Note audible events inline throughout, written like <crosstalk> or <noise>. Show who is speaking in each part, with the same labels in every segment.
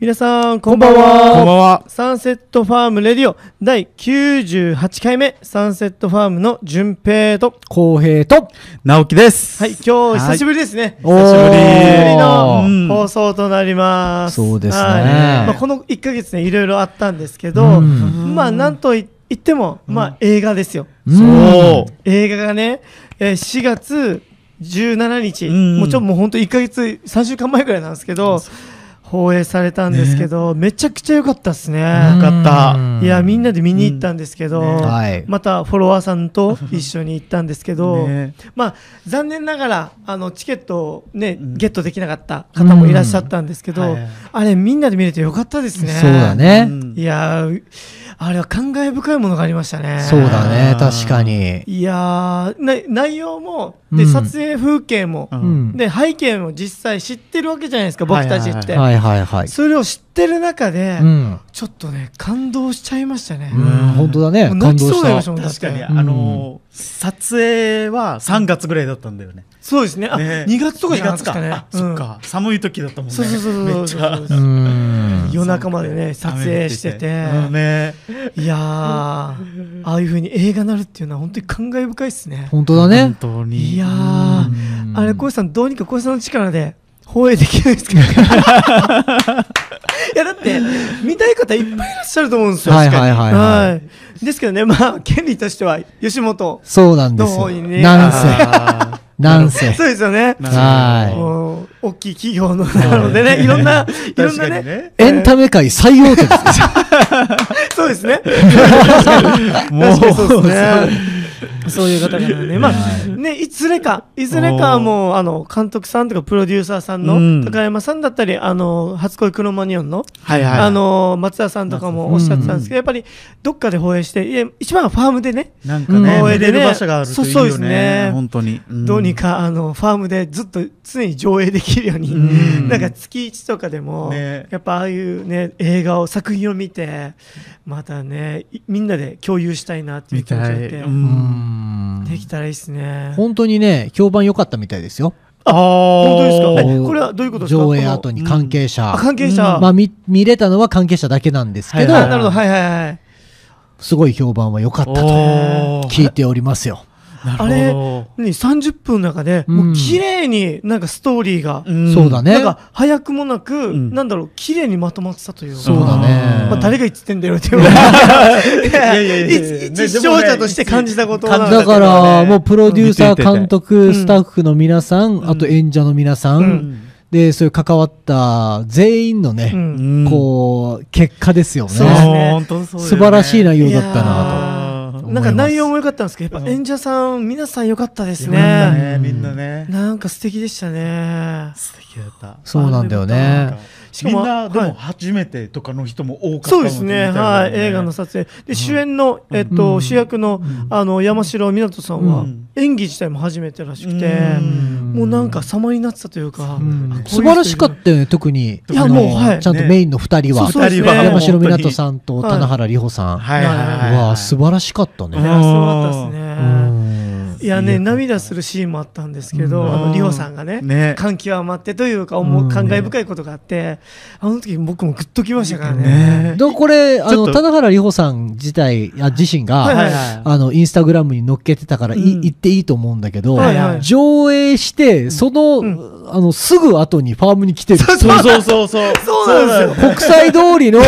Speaker 1: 皆さん、こんばんは。
Speaker 2: こんばんは。
Speaker 1: サンセットファームレディオ第98回目、サンセットファームの順平と、
Speaker 3: 公平と、
Speaker 2: 直樹です。
Speaker 1: はい、今日久しぶりですね。
Speaker 3: おー
Speaker 2: 久しぶり
Speaker 1: 久しぶり
Speaker 2: う
Speaker 1: の
Speaker 2: ん
Speaker 1: 放送となります。
Speaker 3: そうですね
Speaker 1: はいまあ、この1ヶ月ね、いろいろあったんですけど、
Speaker 3: うん
Speaker 1: まあ、なんとい言っても、まあ、映画ですよ。
Speaker 2: そ
Speaker 1: 映画がね、えー4月17日、
Speaker 2: うん
Speaker 1: もうちょもう本当1ヶ月3週間前ぐらいなんですけど放映されたんですけど、めちゃくちゃ良かったですね。
Speaker 3: うん
Speaker 2: かった
Speaker 1: いやみんなで見に行ったんですけど、
Speaker 2: うんね
Speaker 3: はい
Speaker 1: またフォロワーさん
Speaker 2: <laughs>
Speaker 1: と一緒に行ったんですけど、
Speaker 2: ね
Speaker 1: まあ残念ながらあのチケットをね、
Speaker 2: うん
Speaker 1: ゲットできなかった方もいらっしゃったんですけど、
Speaker 2: うんはい
Speaker 1: あれみんなで見れてよかったですね。
Speaker 3: そうだ
Speaker 2: う
Speaker 3: ね。
Speaker 2: ん
Speaker 1: いやーあれは感慨深いものがありましたね。
Speaker 3: そうだね。確かに。
Speaker 1: いやーな内容もで、
Speaker 3: うん
Speaker 1: 撮影風景も、
Speaker 2: う
Speaker 3: うんん。
Speaker 1: で背景も実際知ってるわけじゃないですか僕たちって、
Speaker 3: はいはいはい。
Speaker 1: それを知ってる中で、
Speaker 3: うん。
Speaker 1: ちょっとね感動しちゃいましたね、
Speaker 3: うん、本当だね。
Speaker 1: もう
Speaker 3: 感
Speaker 1: 泣き
Speaker 3: 動
Speaker 1: そうに
Speaker 3: し
Speaker 1: なりました
Speaker 3: た
Speaker 1: も。んだって
Speaker 2: 確かに、あのー撮影は3月ぐらいだったんだよね。
Speaker 1: そうですねあ
Speaker 2: ね
Speaker 1: 2月とかじゃなかったですかね
Speaker 2: 2月かあ
Speaker 1: う
Speaker 2: そ
Speaker 1: ん
Speaker 2: っか。寒い時だったもんね。
Speaker 1: そうそうそうそう
Speaker 2: めっちゃ
Speaker 1: そう
Speaker 3: う
Speaker 1: そ
Speaker 3: ん。
Speaker 1: 夜中までね撮影してて、
Speaker 2: うんね。
Speaker 1: いやーああいう風に映画になるっていうのは本当に感慨深いですね
Speaker 3: 本当だね
Speaker 2: 本。当に。
Speaker 1: いやー
Speaker 3: うん
Speaker 1: あれ小石さんどうにか小石さんの力で放映できないですかね <laughs> いやだって見たい方いっぱいいらっしゃると思うんですよ
Speaker 3: はいはいはいはい
Speaker 1: いですけどねまあ権利としては吉本
Speaker 3: そうなんです
Speaker 1: ど
Speaker 3: よ。
Speaker 1: うにね
Speaker 3: なんせ。
Speaker 2: <laughs> あ
Speaker 3: なんせ。
Speaker 1: そうですよね
Speaker 2: ー
Speaker 3: は
Speaker 2: なるほど
Speaker 1: もう大きい企業のなのでねいろん
Speaker 2: <laughs>
Speaker 1: ないろん
Speaker 2: 確
Speaker 1: な
Speaker 2: かに
Speaker 1: ね
Speaker 2: ね。
Speaker 3: エンタメ界最大手ですよ。
Speaker 1: そうですね確かにそ
Speaker 2: も
Speaker 1: うですね。そういう方々ね。まあ、ね、いずれか、いずれかはもう、あの、監督さんとかプロデューサーさん
Speaker 2: うん
Speaker 1: の、高山さんだったり、あの、初恋クロマニオンの、
Speaker 2: はいはい。
Speaker 1: あ、の、松田さんとかもおっしゃってたんですけど、やっぱり、どっかで放映して、いや一番はファームでね、
Speaker 2: なんかね、
Speaker 1: うん
Speaker 2: 寝れる場所があるといい
Speaker 1: そうそうで
Speaker 2: よ
Speaker 1: すね
Speaker 2: ね。本当に。ん
Speaker 1: どうに。か、あの、ファームでずっと常に上映できるように、
Speaker 2: うん
Speaker 1: なんか月1とかでも、
Speaker 2: ね
Speaker 1: やっぱああいうね、映画を、作品を見て、またね、いみんなで共有したいなっていう
Speaker 2: み
Speaker 1: 気持ち
Speaker 2: た
Speaker 1: が
Speaker 2: い。
Speaker 1: 出て
Speaker 2: う、
Speaker 3: うんん
Speaker 1: できたらいいですね。
Speaker 3: 本当にね、評判良かったみたいですよ。
Speaker 2: あ
Speaker 1: 本当です
Speaker 2: ー
Speaker 1: かえ
Speaker 3: おー
Speaker 1: これはどういうことですか
Speaker 3: 上映後に関係
Speaker 1: この
Speaker 3: 者
Speaker 1: あ。関係者、
Speaker 3: まあ、見、見れたのは関係者だけなんですけど
Speaker 2: は、い
Speaker 1: あなるほどはいはいはい
Speaker 3: すごい評判は良かったと
Speaker 2: おー
Speaker 3: 聞いておりますよ。
Speaker 2: なるほ
Speaker 1: ね30分の中で、
Speaker 3: うん
Speaker 1: もう綺麗になんかストーリーが、
Speaker 2: ど。ん
Speaker 3: そうだ。ね
Speaker 1: なん。か早くもなく、
Speaker 2: ん
Speaker 1: なんだろう綺麗にまとまってたというか
Speaker 3: そうだね。
Speaker 1: まあ、誰が言ってんだよっていう
Speaker 2: いやいやいや
Speaker 1: 一一視聴者として感じたことなん
Speaker 3: だか
Speaker 2: ね
Speaker 3: ら、もうプロデューサ
Speaker 2: 見て
Speaker 3: ー、
Speaker 2: て
Speaker 3: 監督、スタッフの皆さん、あと演者の皆さ、
Speaker 1: うん
Speaker 3: で、そういう関わった全員の
Speaker 1: う
Speaker 3: ね、
Speaker 1: ん
Speaker 2: ん
Speaker 3: こう、結果ですよね。
Speaker 1: そうですね
Speaker 2: 本当そうだよね
Speaker 3: 素晴らしい内容だっ
Speaker 1: いや
Speaker 3: たな
Speaker 1: ー
Speaker 3: と
Speaker 1: なんか内容も良かったんですけどやっぱ演者さん皆さん良かったですね
Speaker 2: みんなね。
Speaker 1: なんか素敵でしたね
Speaker 2: 素敵だった。
Speaker 3: と。そうなんだよ
Speaker 1: な
Speaker 3: ね。
Speaker 1: しか
Speaker 2: み
Speaker 1: も
Speaker 2: んなで
Speaker 1: は
Speaker 2: も
Speaker 1: い
Speaker 2: 初めてとかの人も多かった
Speaker 1: そうですね、はい、映画の撮影、で主演の、えっと
Speaker 3: うん
Speaker 1: 主役の,、あの山城みなとさんは、
Speaker 2: うん
Speaker 1: 演技自体も初めてらしくて、
Speaker 2: うん
Speaker 1: もうなんか様になってたというか、あこういう人
Speaker 3: 素晴らしかったよね、特に。
Speaker 1: いやもうはい
Speaker 3: ちゃんとメインの二人は
Speaker 1: そう。そうですね
Speaker 3: 山城みなとさんと棚原里穂さん。
Speaker 2: はいはいはい。
Speaker 3: わあ、素晴らしかった
Speaker 1: いるい
Speaker 3: ね。
Speaker 1: やすごかったですね。
Speaker 3: うん
Speaker 1: いやね、涙するシーンもあったんですけど、
Speaker 3: うん
Speaker 1: あのリオさんがね
Speaker 2: ね
Speaker 1: 感極まってというか思う
Speaker 3: うん
Speaker 1: 感慨深いことがあってあの時僕もグッときましたからね
Speaker 2: ね
Speaker 3: でこれ、あ
Speaker 2: ちょっ
Speaker 3: の、
Speaker 2: と
Speaker 3: 棚原里穂さん自体、あ自身
Speaker 1: はい
Speaker 3: が、
Speaker 1: はい
Speaker 3: あの、インスタグラムに載っけてたから、い
Speaker 2: うん
Speaker 3: 言っていいと思うんだけど
Speaker 1: はいはい、
Speaker 3: 上映して、その、あの、すぐ後にファームに来てる。
Speaker 2: そうそうそうそう。
Speaker 1: そうなんですよ
Speaker 3: 国際通
Speaker 1: <laughs>
Speaker 3: りの、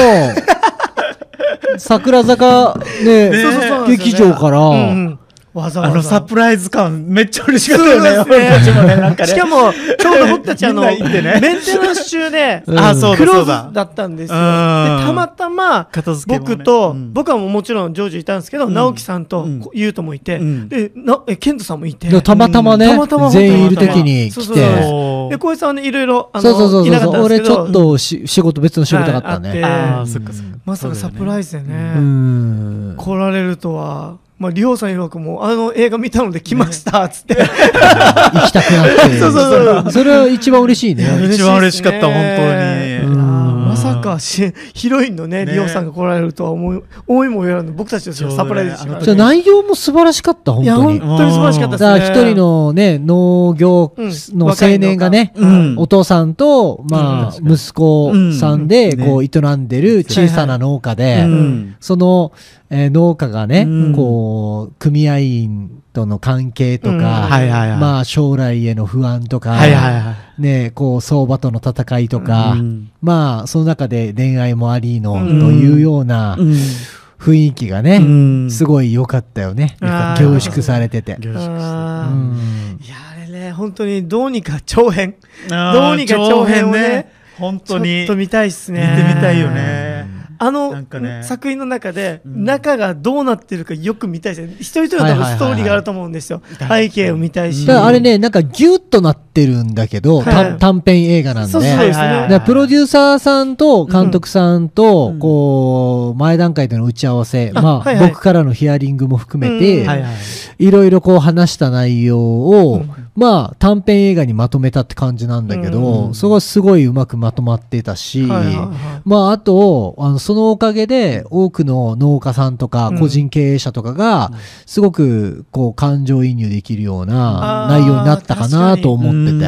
Speaker 3: 桜坂、ね
Speaker 2: ねそうそうそう
Speaker 1: なんです
Speaker 3: 劇
Speaker 1: よね
Speaker 3: 場から、
Speaker 1: うんうんわざわ
Speaker 2: あ
Speaker 1: ざ
Speaker 2: のサプライズ感めっちゃ嬉しかった
Speaker 1: そうで
Speaker 2: よ
Speaker 1: す
Speaker 2: ね。
Speaker 1: ね
Speaker 2: 俺たちもねなんかね
Speaker 1: しかも、ちょうど僕たちあの、
Speaker 2: みんな行ってね
Speaker 1: メンテナンス中で、
Speaker 3: うん
Speaker 2: あ、そうだ
Speaker 1: クロー
Speaker 2: そう
Speaker 1: ズ
Speaker 2: だ。
Speaker 1: だったんですよ。
Speaker 2: う
Speaker 1: で
Speaker 2: ん
Speaker 1: たまたま
Speaker 2: 片、付けもね
Speaker 1: 僕と、
Speaker 2: うん
Speaker 1: 僕はもうもちろんジョージいたんですけど、
Speaker 2: うん
Speaker 1: 直樹さんと
Speaker 2: うん、
Speaker 1: ゆうともいて、
Speaker 2: うん
Speaker 1: で、なえ、ケントさんもいて。
Speaker 3: でもたまたまね、
Speaker 1: うんたまたま
Speaker 3: 全員いる時に
Speaker 1: そう
Speaker 3: 来
Speaker 1: そうそう
Speaker 3: て、
Speaker 2: おー
Speaker 1: で、小江さんはね、いろいろ、あの、
Speaker 3: そうそうそう
Speaker 1: いなか
Speaker 3: そ
Speaker 1: っ
Speaker 3: う
Speaker 1: たんで
Speaker 3: 俺
Speaker 1: すけ
Speaker 3: ち
Speaker 1: ど、
Speaker 3: ょっとし仕事別の仕事があった
Speaker 1: はい
Speaker 3: ね、
Speaker 1: う
Speaker 2: あー
Speaker 1: ん
Speaker 2: そっかそっか。
Speaker 1: まさかサプラ
Speaker 2: イ
Speaker 1: イズで
Speaker 3: う
Speaker 1: ね、
Speaker 3: ん
Speaker 1: 来られるとは、まあ、リオさん曰くもう、あの映画見たので来ました、つって。
Speaker 3: 行きたくなっ
Speaker 1: <laughs>
Speaker 3: て
Speaker 1: そうそうそう
Speaker 3: それは一番嬉しいね
Speaker 2: 一番嬉しかった
Speaker 1: 嬉しいっすね
Speaker 2: 本当に
Speaker 1: いやーまさかしヒロインのね
Speaker 2: ね
Speaker 1: リオさんが来られるとは思い思いもよらぬ僕たちとしてはサプライズでしたから
Speaker 2: そう
Speaker 3: じゃあ
Speaker 2: ね
Speaker 3: 内容も素晴らしかった、本
Speaker 1: いや
Speaker 3: 当
Speaker 1: 本
Speaker 3: に。
Speaker 1: 当に素晴らしかった
Speaker 3: だ
Speaker 1: で
Speaker 3: か
Speaker 1: す
Speaker 3: ら
Speaker 1: ね
Speaker 3: 一人のね、農業
Speaker 1: うん
Speaker 3: の青年がね、
Speaker 1: 若いの
Speaker 2: うん
Speaker 3: お父さんと、まあ、
Speaker 1: うん
Speaker 3: 息子さんで、こう、営んでる小さな農家
Speaker 2: う
Speaker 3: で、
Speaker 2: ん
Speaker 3: その、えー農家がね
Speaker 2: うん、
Speaker 3: こう、組合員との関係と
Speaker 1: うん
Speaker 3: か、
Speaker 2: はいはいはい。
Speaker 3: まあ、将来への不安とか
Speaker 2: は、いはいはい。
Speaker 3: ね、こう、相場との戦いとか
Speaker 2: う、ん
Speaker 3: まあ、その中で恋愛もありの、と
Speaker 1: うん
Speaker 3: いうような雰囲気がね、
Speaker 2: うん
Speaker 3: すごい良かったよね。
Speaker 1: あー
Speaker 3: 凝縮されてて。
Speaker 2: 凝縮して
Speaker 1: あ
Speaker 3: う
Speaker 1: ー
Speaker 3: ん
Speaker 1: いやあれね本当にどうにか長編
Speaker 2: あー
Speaker 1: どうにか長編をね。
Speaker 2: 本
Speaker 1: ちょ
Speaker 2: 当
Speaker 1: っ
Speaker 2: に。見
Speaker 1: と
Speaker 2: て
Speaker 1: 見たいっす
Speaker 2: み
Speaker 1: ね
Speaker 2: たいよね。
Speaker 1: あの、
Speaker 2: なんかね
Speaker 1: 作品の中で、
Speaker 2: うん
Speaker 1: 中がどうなってるかよく見たいですね。一人一人の多分ストーリーがあると思うんですよ。背景を見たいし。
Speaker 3: だからあれね、なんかギュッとなってるんだけど、
Speaker 1: はい
Speaker 3: 短短編映画なんで。
Speaker 1: そうそう
Speaker 2: はい
Speaker 1: で
Speaker 2: はいは
Speaker 1: すね。
Speaker 2: い
Speaker 3: だからプロデューサーさんと監督さんと、
Speaker 2: うん
Speaker 3: こう、前段階での打ち合わせ、
Speaker 1: あ
Speaker 3: まあ、
Speaker 1: はいはい
Speaker 3: 僕からのヒアリングも含めて、
Speaker 1: うん
Speaker 2: はいはい。
Speaker 3: いろいろこう話した内容
Speaker 1: う
Speaker 3: を、
Speaker 1: ん
Speaker 3: まあ短編映画にまとめたって感じなんだけど、
Speaker 2: うん
Speaker 3: そこはすごいうまくまとまってたし、
Speaker 1: はいはいはい
Speaker 3: まああと、あのそのおかげで多くの農家さんとか
Speaker 1: うん
Speaker 3: 個人経営者とかが、すごくこう感情移入できるような内容になったか
Speaker 1: あ
Speaker 3: な
Speaker 1: ー
Speaker 3: と思ってて。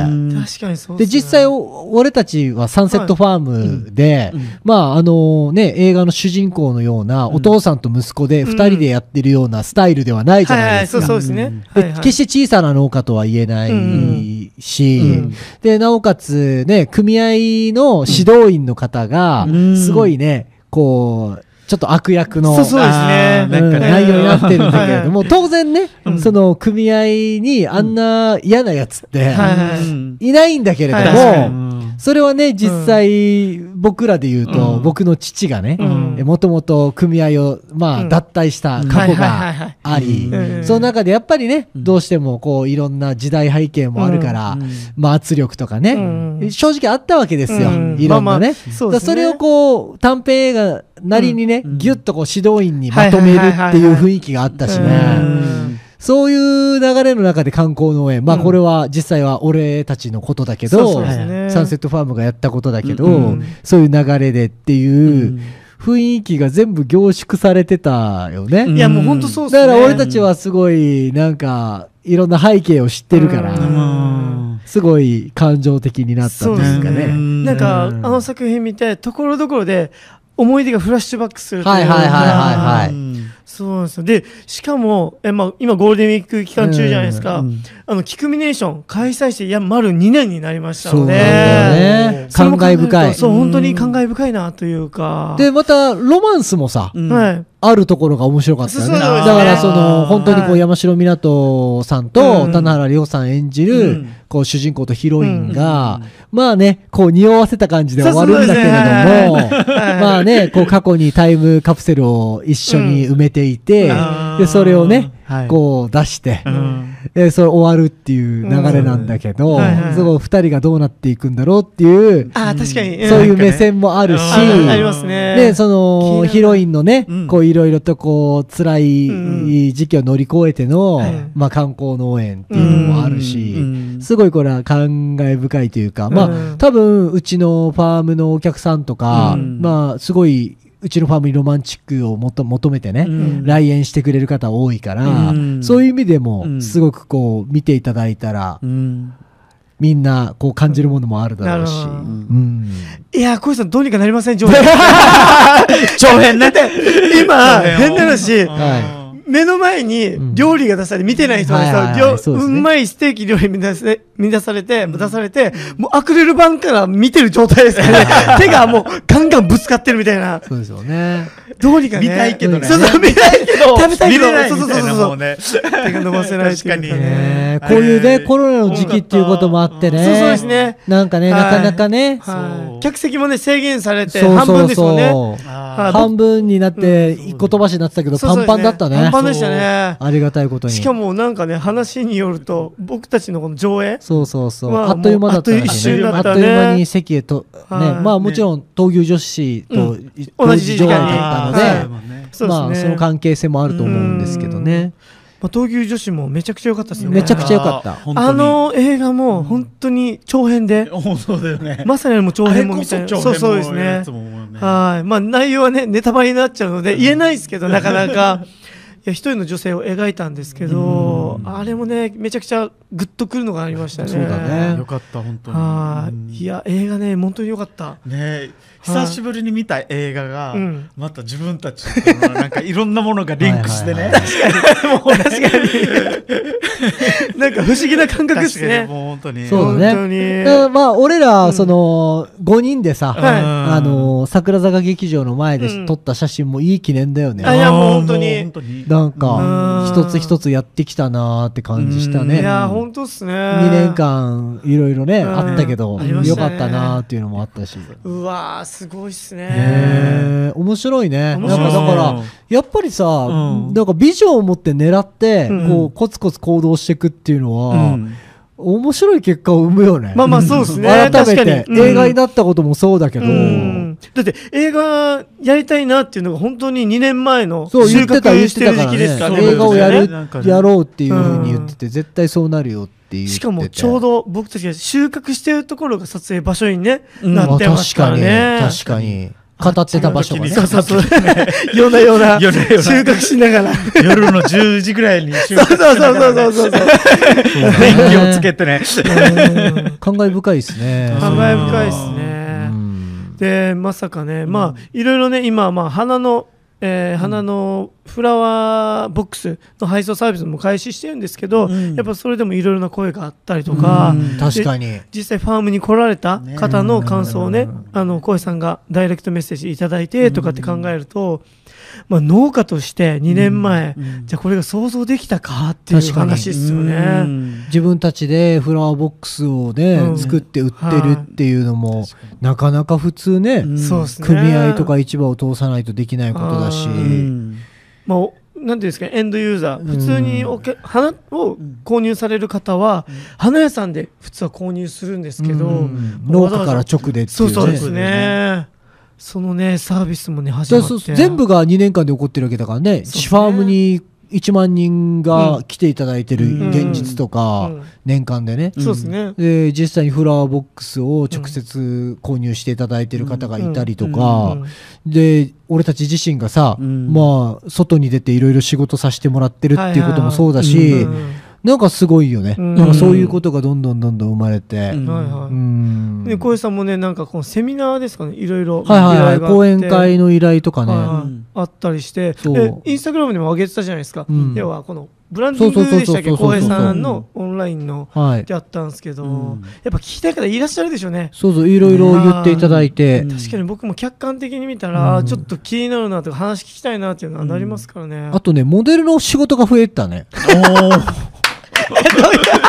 Speaker 1: 確かにそう
Speaker 3: で、
Speaker 1: っすね
Speaker 3: 実際、お俺たちはサンセットファームで、まあ、あのね、映画の主人公のような、お父さんと息子で
Speaker 1: うん
Speaker 3: 二人でやってるようなスタイルではないじゃ
Speaker 1: はい
Speaker 3: ない
Speaker 1: は
Speaker 3: で
Speaker 1: い、そ
Speaker 3: すか
Speaker 1: う。そうですね。
Speaker 3: で
Speaker 1: はいはい
Speaker 3: 決して小さな農家とは言えな
Speaker 1: うん
Speaker 3: いし、
Speaker 1: うん
Speaker 3: でなおかつ、ね、組合の指導員の方が、
Speaker 2: うん
Speaker 3: すごいねこうちょっと悪役の。
Speaker 1: そうそうです
Speaker 2: あー
Speaker 1: ね。
Speaker 2: なんかね
Speaker 3: うん内容になってるんだけれども、
Speaker 1: は
Speaker 3: 当然ね、その組合にあんな嫌なやつっ
Speaker 1: は
Speaker 3: て
Speaker 1: いはい
Speaker 2: うん
Speaker 3: いないんだけれども、
Speaker 1: はい確か
Speaker 3: それはね、実際、僕らで言うと、
Speaker 2: うん
Speaker 3: 僕の父がね、
Speaker 1: うん
Speaker 3: もともと組合を、まあ、
Speaker 1: うん
Speaker 3: 脱退した過
Speaker 1: は
Speaker 3: 去
Speaker 1: いはいはいは
Speaker 3: が
Speaker 1: い
Speaker 3: あり
Speaker 1: う、ん
Speaker 3: その中でやっぱりね、
Speaker 2: うん
Speaker 3: どうしてもこう、いろんな時代背景もあるから、
Speaker 2: うん
Speaker 3: まあ、圧力とかね、
Speaker 1: うん
Speaker 3: 正直あったわけですよ、
Speaker 1: うん
Speaker 3: いろん
Speaker 1: まあ
Speaker 3: なね。
Speaker 1: まあそう
Speaker 3: だか
Speaker 1: ですね
Speaker 3: らそれをこう、短編映画なりにね、
Speaker 2: うん
Speaker 3: ぎゅっとこう、指導員にまとめるっていう雰囲気があったし
Speaker 1: はいはいはいはいうん
Speaker 3: ね。そういう流れの中で観光農園、まあ
Speaker 1: うん
Speaker 3: これは実際は俺たちのことだけ
Speaker 1: そう
Speaker 3: ど、
Speaker 1: そうですね。
Speaker 3: サンセットファームがやったことだけど、
Speaker 2: うん
Speaker 3: そういう流れでって
Speaker 2: う
Speaker 3: いうん雰囲気が全部凝縮されてたよね。
Speaker 1: いや、もう本当そうっすね。
Speaker 3: だから俺たちはすごいなんかいろんな背景を知ってるから、
Speaker 1: うん
Speaker 3: すごい感情的になったと
Speaker 1: そう
Speaker 3: い
Speaker 1: です
Speaker 3: うか
Speaker 1: ね。
Speaker 3: ね。
Speaker 1: なんか、あ
Speaker 3: うん
Speaker 1: の作品見て、ところどころで、思い出がフラッシュバックするというか。
Speaker 3: はいはいはいはいはい
Speaker 1: そうなんですよ。で、しかも、え、まあ、今ゴールデンウィーク期間中じゃないですか。
Speaker 2: うん
Speaker 1: あの、キクミネーション開催して、いや、丸2年になりました
Speaker 3: そう
Speaker 1: の
Speaker 3: なん
Speaker 1: で。
Speaker 3: だよね。
Speaker 1: それ
Speaker 3: 感
Speaker 1: も考え
Speaker 3: 慨
Speaker 1: ると
Speaker 3: 深い。
Speaker 1: そう、本当に感慨深いなというか。
Speaker 3: で、またロマンスもさ、
Speaker 2: うん
Speaker 1: はい。
Speaker 3: あるところが面白かったよね。
Speaker 1: そうそうそう
Speaker 3: だからそ
Speaker 2: あ
Speaker 3: の、
Speaker 2: ー
Speaker 3: 本当にこ
Speaker 1: は
Speaker 3: う
Speaker 1: い
Speaker 3: 山城湊さん
Speaker 1: う
Speaker 3: と
Speaker 1: ん
Speaker 3: 棚原涼さん演じ
Speaker 2: う
Speaker 3: る
Speaker 2: ん、
Speaker 3: こう主人公とヒロインが、まあね、こう匂わせた感じで終わるんだけれども
Speaker 1: そうそうそうはいはいはい
Speaker 3: まあね、こう過去にタイムカプセルを一緒に埋めていて
Speaker 1: うん
Speaker 2: あ、ー
Speaker 3: で、それをね
Speaker 2: はい、
Speaker 3: こう出して
Speaker 2: う、ん
Speaker 3: でそれ終わるっていう流れなんだけ
Speaker 1: うん
Speaker 3: ど
Speaker 1: はいは、い
Speaker 3: そこ二人がどうなっていくんだろうっていう、
Speaker 1: あー、確かに。ん
Speaker 3: そうい
Speaker 2: な
Speaker 3: うん
Speaker 2: かね
Speaker 3: 目線もあるし、
Speaker 2: うん
Speaker 1: あありますね。
Speaker 3: で、その、
Speaker 1: 気になる
Speaker 3: ヒロインのね
Speaker 2: う、ん
Speaker 3: こう、いろいろとこう、辛
Speaker 1: うん
Speaker 3: い時期を乗り越えての
Speaker 1: はい、
Speaker 3: まあ、観光農園っていうのもある
Speaker 2: う
Speaker 3: し、
Speaker 2: ん
Speaker 3: すごいこれは感慨深いというか、
Speaker 1: う
Speaker 3: まあ、
Speaker 1: ん
Speaker 3: 多分、うちのファームのお客さんとか、
Speaker 2: うん
Speaker 3: まあ、すごい、うちのファームにロマンチックをもと求めてね、
Speaker 2: うん
Speaker 3: 来園してくれる方多いから、
Speaker 2: うん
Speaker 3: そういう意味で
Speaker 2: う
Speaker 3: も、
Speaker 2: ん
Speaker 3: すごくこう、見ていただいたら、
Speaker 2: うん
Speaker 3: みんな、こう、感じるものもあるだろうし。
Speaker 1: なるほど
Speaker 3: うん
Speaker 1: いやー、小石さんどうにかなりません、<laughs>
Speaker 3: <laughs>
Speaker 1: 上手。今、変な
Speaker 2: 長編ね。長編を
Speaker 1: 話
Speaker 2: うん、
Speaker 3: は
Speaker 1: 目の前
Speaker 3: うん
Speaker 1: に料理が出されて、見てない人
Speaker 3: はいはい
Speaker 1: が
Speaker 3: は
Speaker 1: さ、
Speaker 3: いそ
Speaker 1: 料
Speaker 3: うです
Speaker 1: う
Speaker 3: ね
Speaker 1: まいステーキ料理見出せ見出されて、出されて、もうアクリル板から見てる状態ですからね。手がもうガンガンぶつかってるみたいな。
Speaker 3: そうですよね。
Speaker 1: どうにかね。
Speaker 2: 見たいけどね
Speaker 1: そうそう、見たいけど。食べたいけ
Speaker 2: 見
Speaker 1: ど
Speaker 2: れない
Speaker 1: そうそ
Speaker 2: み
Speaker 1: うそ
Speaker 2: た
Speaker 1: う
Speaker 2: いな
Speaker 1: そ
Speaker 2: もう
Speaker 1: う。
Speaker 2: ね。
Speaker 1: 手が伸ばせないっていう
Speaker 2: 確かに
Speaker 1: ね
Speaker 3: ねこういう
Speaker 2: は
Speaker 3: ね、
Speaker 2: い
Speaker 3: コロナの時期っていうこともあってね。
Speaker 1: そうそうですね。
Speaker 3: <laughs> なんかね、
Speaker 1: はい
Speaker 3: なかなかね、
Speaker 1: は
Speaker 2: そう
Speaker 1: い。客席もね、制限されて、
Speaker 3: そう
Speaker 1: 半
Speaker 3: そ
Speaker 1: 分
Speaker 3: う
Speaker 1: ですもんね。
Speaker 3: そう。
Speaker 1: あ
Speaker 2: あ
Speaker 3: 半分になって、一個飛ばしになってたけど、
Speaker 1: そう
Speaker 3: パ
Speaker 1: そう
Speaker 3: ンパンだったね
Speaker 1: パン。パンでしたね。
Speaker 3: ありがたいことに。
Speaker 1: しかもなんかね、話によると、僕たちのこの上映、
Speaker 3: そうそうそう。
Speaker 1: まあ
Speaker 3: あっという間だったら
Speaker 1: もうあっと
Speaker 3: し
Speaker 1: いう
Speaker 3: ね。あ
Speaker 1: 間
Speaker 3: っ
Speaker 1: だ
Speaker 3: と
Speaker 1: ったね
Speaker 3: いう間に席へと、ね。
Speaker 1: はい
Speaker 3: まあもちろん、闘牛女子と
Speaker 1: 同じ時間に
Speaker 3: 上位だ
Speaker 1: は
Speaker 3: ったの
Speaker 1: い
Speaker 3: で、
Speaker 1: そうですね。
Speaker 3: まあその関係性もあると思うんですけどね。
Speaker 1: まあ、闘牛女子もめちゃくちゃ良かったですよね
Speaker 3: めちゃくちゃ良かった
Speaker 2: あー本当に
Speaker 1: あの映画も本当に長編で、
Speaker 2: 本当だよね。
Speaker 1: まさにもう長編もみたいな
Speaker 2: あれこ
Speaker 1: そ
Speaker 2: そう
Speaker 1: そう
Speaker 2: 長
Speaker 1: で
Speaker 2: 編
Speaker 1: す
Speaker 2: もや
Speaker 1: ね
Speaker 2: つも思うよね。
Speaker 1: はいまあ内容はねネタバレになっちゃうので言えないですけどなかなかいや一人の女性を描いたんですけどあれもねめちゃくちゃグッとくるのがありましたね
Speaker 3: そうだね
Speaker 2: よかった本当に。
Speaker 1: は
Speaker 2: うん
Speaker 1: いいや映画ね本当に良かった <laughs>
Speaker 2: ねえ久しぶりに見た映画が、
Speaker 1: うん
Speaker 2: また自分たちとのなんかいろんなものがリンクしてね
Speaker 1: 確かになんか不思議な感覚で
Speaker 2: 確
Speaker 1: す
Speaker 2: かに
Speaker 1: ね
Speaker 2: もう本当に
Speaker 3: そうだ
Speaker 1: 本当に
Speaker 3: ね。だからまあ、俺ら、その、5人でさ、
Speaker 1: はい
Speaker 2: うん
Speaker 3: あのー、桜坂劇場の前で
Speaker 1: うん
Speaker 3: 撮った写真もいい記念だよね。
Speaker 1: あいやもう
Speaker 2: あー
Speaker 1: 本当に
Speaker 2: もう本当に
Speaker 3: なん
Speaker 1: うん
Speaker 3: か、一つ一つやってきたなーって感じした
Speaker 2: う
Speaker 3: ね。
Speaker 2: ん
Speaker 1: いや
Speaker 3: うん
Speaker 1: 本当っすね
Speaker 3: 2年間、いろいろね、
Speaker 1: うん
Speaker 3: あったけど、
Speaker 1: ありまし
Speaker 3: よ
Speaker 1: たね
Speaker 3: かったなーっていうのもあったし。
Speaker 1: うわーすごいっすね
Speaker 3: へー面白いね。なん
Speaker 1: 面白
Speaker 3: か
Speaker 1: い
Speaker 3: だから、やっぱりさ、
Speaker 2: うん
Speaker 3: なんかビジョンを持って狙って、
Speaker 1: うん
Speaker 3: こう、コツコツ行動していくっていうのは、
Speaker 2: うん
Speaker 3: 面白い結果を生むよね。
Speaker 1: まあまあそうですね
Speaker 3: 改めて
Speaker 1: 確、かにうん
Speaker 3: 映画になったこともそうだけど、
Speaker 1: うんだって映画やりたいなっていうのが本当に2年前の
Speaker 3: そう
Speaker 1: 収
Speaker 3: 言ってた
Speaker 1: 穫
Speaker 3: 言っ
Speaker 1: して
Speaker 3: てた
Speaker 1: る
Speaker 3: から
Speaker 1: 時期です
Speaker 3: ね
Speaker 1: からね
Speaker 2: そう
Speaker 3: 映画をや
Speaker 1: 僕たち
Speaker 3: る
Speaker 1: ね
Speaker 2: なんかね
Speaker 3: やろうっていうふうに言ってて絶対そうなるよって言ってて
Speaker 1: しかもちょうど僕たちが収穫してるところが撮影場所にね、
Speaker 2: うん
Speaker 1: なってますからね
Speaker 3: あ確かに確かに語ってた場所がね
Speaker 1: そうそうそう夜な夜
Speaker 3: <laughs>
Speaker 1: な
Speaker 2: 夜な夜な
Speaker 1: 収穫しながら
Speaker 2: 夜の10時ぐらいに収
Speaker 1: そ
Speaker 2: 穫
Speaker 1: うそうそうそうそうそう
Speaker 2: 電気をつけてね
Speaker 3: うん感慨深いですね
Speaker 1: <laughs> 感慨深いです
Speaker 3: う
Speaker 1: ね、
Speaker 3: ん
Speaker 1: でまさかね、
Speaker 2: ん
Speaker 1: まあいろいろね今まあ花のえー花のフラワーボックスの配送サービスも開始してるんですけど、
Speaker 2: うん
Speaker 1: やっぱそれでもいろいろな声があったりとか、
Speaker 2: うん
Speaker 3: 確かに
Speaker 1: 実際ファームに来られた方の感想をね
Speaker 2: ね
Speaker 1: あの小江さんがダイレクトメッセージいただいてとかって考えると、まあ、農家として2年前、じゃあこれが想像できたかっていう
Speaker 3: 確かに
Speaker 1: 話ですよ
Speaker 2: う
Speaker 1: ね。
Speaker 2: ん
Speaker 3: 自分たちでフラワーボックスを
Speaker 1: う
Speaker 3: ね
Speaker 1: ん
Speaker 3: 作って売ってるっていうのもなかなか普通ね
Speaker 2: うん
Speaker 1: そうですね
Speaker 3: 組合とか市場を通さないとできないことだし
Speaker 1: う
Speaker 2: うんうん
Speaker 1: まあおなんていうんですかエンドユーザー
Speaker 3: うん
Speaker 1: 普通におけ花を購入される方は、花屋さんで普通は購入するんですけど、
Speaker 3: うん農家から直でって
Speaker 1: そ
Speaker 3: いうう
Speaker 1: そうで
Speaker 3: ね
Speaker 1: す
Speaker 2: そうです
Speaker 1: ねそのねサービスもね始
Speaker 3: だ
Speaker 1: ま
Speaker 3: か
Speaker 1: っ
Speaker 3: らそ
Speaker 1: て
Speaker 3: 全部が2年間で起こってるわけだからね
Speaker 1: そうですね
Speaker 3: ファームに1万人が来ていただいてる現実とか、
Speaker 1: うん
Speaker 3: 年間でね、
Speaker 1: そうですね、
Speaker 3: で実際にフラワーボックスを直接購入していただいてる方がいたりとか、
Speaker 1: うん
Speaker 3: で俺たち自身がさ、
Speaker 2: うん
Speaker 3: まあ外に出ていろいろ仕事させてもらってるっていうこともそうだし、
Speaker 2: はいはい
Speaker 1: うん
Speaker 3: なんかすごいよね、
Speaker 1: うん
Speaker 3: なんかそういうことがどんどんどんどん生まれて。
Speaker 2: うん
Speaker 1: はいはい
Speaker 3: うん
Speaker 1: ね、小江さんもね、なんかこのセミナーですかね、いろいろ、
Speaker 3: はいはい
Speaker 1: 依頼が
Speaker 3: は
Speaker 1: あ
Speaker 3: い、
Speaker 1: って
Speaker 3: 講演会の依頼とかね、
Speaker 1: はいはい
Speaker 2: うん
Speaker 1: あったりして
Speaker 3: そう
Speaker 1: で、インスタグラムでも上げてたじゃないですか、
Speaker 3: うん
Speaker 1: 要はこのブランディン
Speaker 3: そうそうそ
Speaker 1: グ
Speaker 3: う
Speaker 1: でしたっけ、
Speaker 3: そうそう
Speaker 1: 小
Speaker 3: そう
Speaker 1: 江さんのオンラインの
Speaker 3: はい
Speaker 1: ってあったんですけど、
Speaker 2: うん
Speaker 1: やっぱ聞きたい方いらっしゃるでしょうね。
Speaker 3: そうそう、いろいろ言っていただいて、
Speaker 2: うん
Speaker 1: 確かに僕も客観的に見たら、
Speaker 3: うん
Speaker 1: ちょっと気になるなとか話聞きたいなっていうのはなりますからね。
Speaker 3: あとね、モデルの仕事が増えたね。
Speaker 2: おー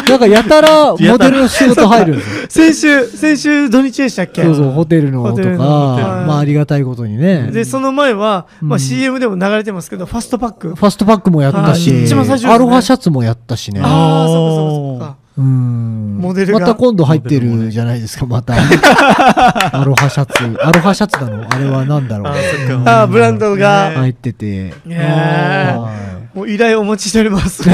Speaker 3: なんかやたらモデルの仕事入るんです
Speaker 1: 先
Speaker 3: よ。
Speaker 1: 週、先週土日でしたっけ
Speaker 3: そうそう、ホテルの
Speaker 1: ホ
Speaker 3: と
Speaker 1: テ
Speaker 3: か、
Speaker 1: ルのはい
Speaker 3: まあありがたいことにね。
Speaker 1: で、その前は、まあ、
Speaker 3: うん
Speaker 1: CM でも流れてますけど、ファストパック。
Speaker 3: ファストパックもやった
Speaker 1: はい
Speaker 3: し、
Speaker 1: 一番最初ですね
Speaker 3: アロハシャツもやったしね。
Speaker 1: ああ、そうかそうかそうか。
Speaker 3: うん
Speaker 1: モデルが
Speaker 3: また今度入ってるじゃないですか、また。 <laughs> アロハシャツ。アロハシャツなのあれは何だろ
Speaker 2: あ
Speaker 3: う。
Speaker 2: ーそっ
Speaker 1: あ
Speaker 2: か
Speaker 1: あ、ブランドが。
Speaker 3: 入ってて。
Speaker 1: ねえ
Speaker 3: はい
Speaker 1: もう依頼お待ちしております。そう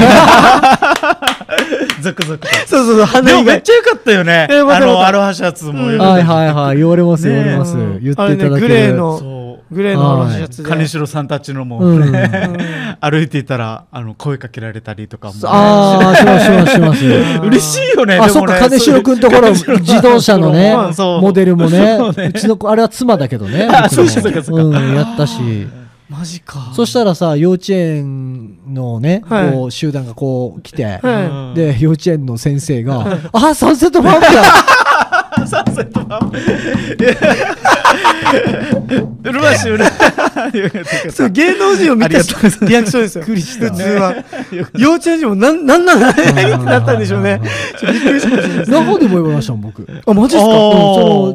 Speaker 2: ゾクゾクと
Speaker 1: <laughs> そうそう、
Speaker 2: で
Speaker 1: 花
Speaker 2: も
Speaker 1: 以
Speaker 2: めっ
Speaker 1: 外。
Speaker 2: ちゃ良かったよね。
Speaker 1: えよかっ
Speaker 2: あ
Speaker 1: たよかっ
Speaker 2: の、
Speaker 1: た
Speaker 2: アロハシャツも
Speaker 1: うん
Speaker 2: よ
Speaker 3: は
Speaker 2: か
Speaker 3: い
Speaker 2: った。
Speaker 3: はいはい、言われます、言われます。
Speaker 1: うん
Speaker 3: 言っていた
Speaker 1: あれね
Speaker 3: だけ
Speaker 1: グレー
Speaker 3: る。
Speaker 1: の
Speaker 2: そ
Speaker 1: グレーのオレンジシャツ
Speaker 2: う。
Speaker 1: で。
Speaker 2: 金城さんたちのも、
Speaker 3: うん
Speaker 2: ね <laughs> 歩いていたら、あの、声かけられたりとかも。
Speaker 3: ああ、しますしますしま
Speaker 2: <laughs>
Speaker 3: す。
Speaker 2: 嬉しいよね。
Speaker 3: あ、
Speaker 2: で
Speaker 3: そ
Speaker 2: も
Speaker 3: っ
Speaker 2: ね
Speaker 3: か、金城くんところ、自動車のね
Speaker 2: うん、そう
Speaker 3: モデルもね
Speaker 2: そう、ね
Speaker 3: うちの子、あれは妻だけどね。
Speaker 2: <laughs> あ
Speaker 3: 僕の
Speaker 2: そうかそうかそうか
Speaker 3: うん、やったし。
Speaker 1: マジか。
Speaker 3: そしたらさ、幼稚園のね、
Speaker 1: はい
Speaker 3: こう、集団がこう来て、
Speaker 1: は
Speaker 2: う
Speaker 1: い
Speaker 2: ん
Speaker 3: で、幼稚園の先生が、あ、サンセットファーム <laughs> だ
Speaker 2: サンセットマン。 <laughs> うるまし、うるまし。よ
Speaker 3: <laughs>
Speaker 2: かったよかっ
Speaker 1: そう、芸能人を見た
Speaker 2: ありがとうございます
Speaker 1: リアクションですよ。
Speaker 3: びっくりした
Speaker 1: 普通は。幼稚園児もなん、なんなんだねってなったんでしょうね。ちょっとびっくりしました。
Speaker 3: 中でも言われましたもん、僕。うん
Speaker 1: あ、マジっすか
Speaker 2: おー
Speaker 3: そ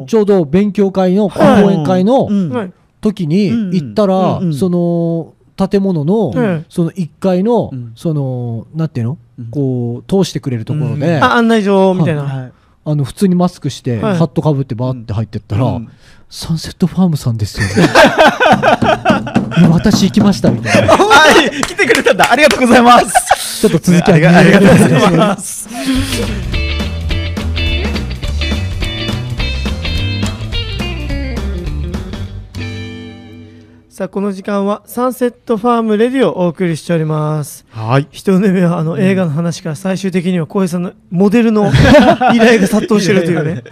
Speaker 3: のちょうど勉強会の、講
Speaker 1: はい
Speaker 3: 演会の
Speaker 2: う、ん
Speaker 1: はい
Speaker 3: 時に
Speaker 2: うん
Speaker 3: 行ったら、
Speaker 2: うん
Speaker 3: その建物の、
Speaker 1: うん
Speaker 3: その1階の、
Speaker 2: うん
Speaker 3: そのなんていうの、
Speaker 2: うん
Speaker 3: こう通してくれるところで、
Speaker 2: うん
Speaker 1: あ、
Speaker 3: あ
Speaker 1: 案内状みたい
Speaker 2: た。
Speaker 1: な。
Speaker 2: はい
Speaker 3: の普通にマスクして、
Speaker 1: はい
Speaker 3: ハットかぶってバーって入ってったら、
Speaker 2: うん
Speaker 3: サンセットファームさんですよね <laughs> いや私行きましたみたいな
Speaker 2: はい来てくれたんだ。ありがとうございます。
Speaker 3: ちょっと続きは
Speaker 2: ありがありがとうござい
Speaker 3: す。 <laughs>
Speaker 2: ます。
Speaker 1: さあこの時間はサンセットファームレディをお送りしております
Speaker 2: はい。
Speaker 1: 人の目はあの映画の話から最終的には浩平さんのモデルの依頼が殺到してるというね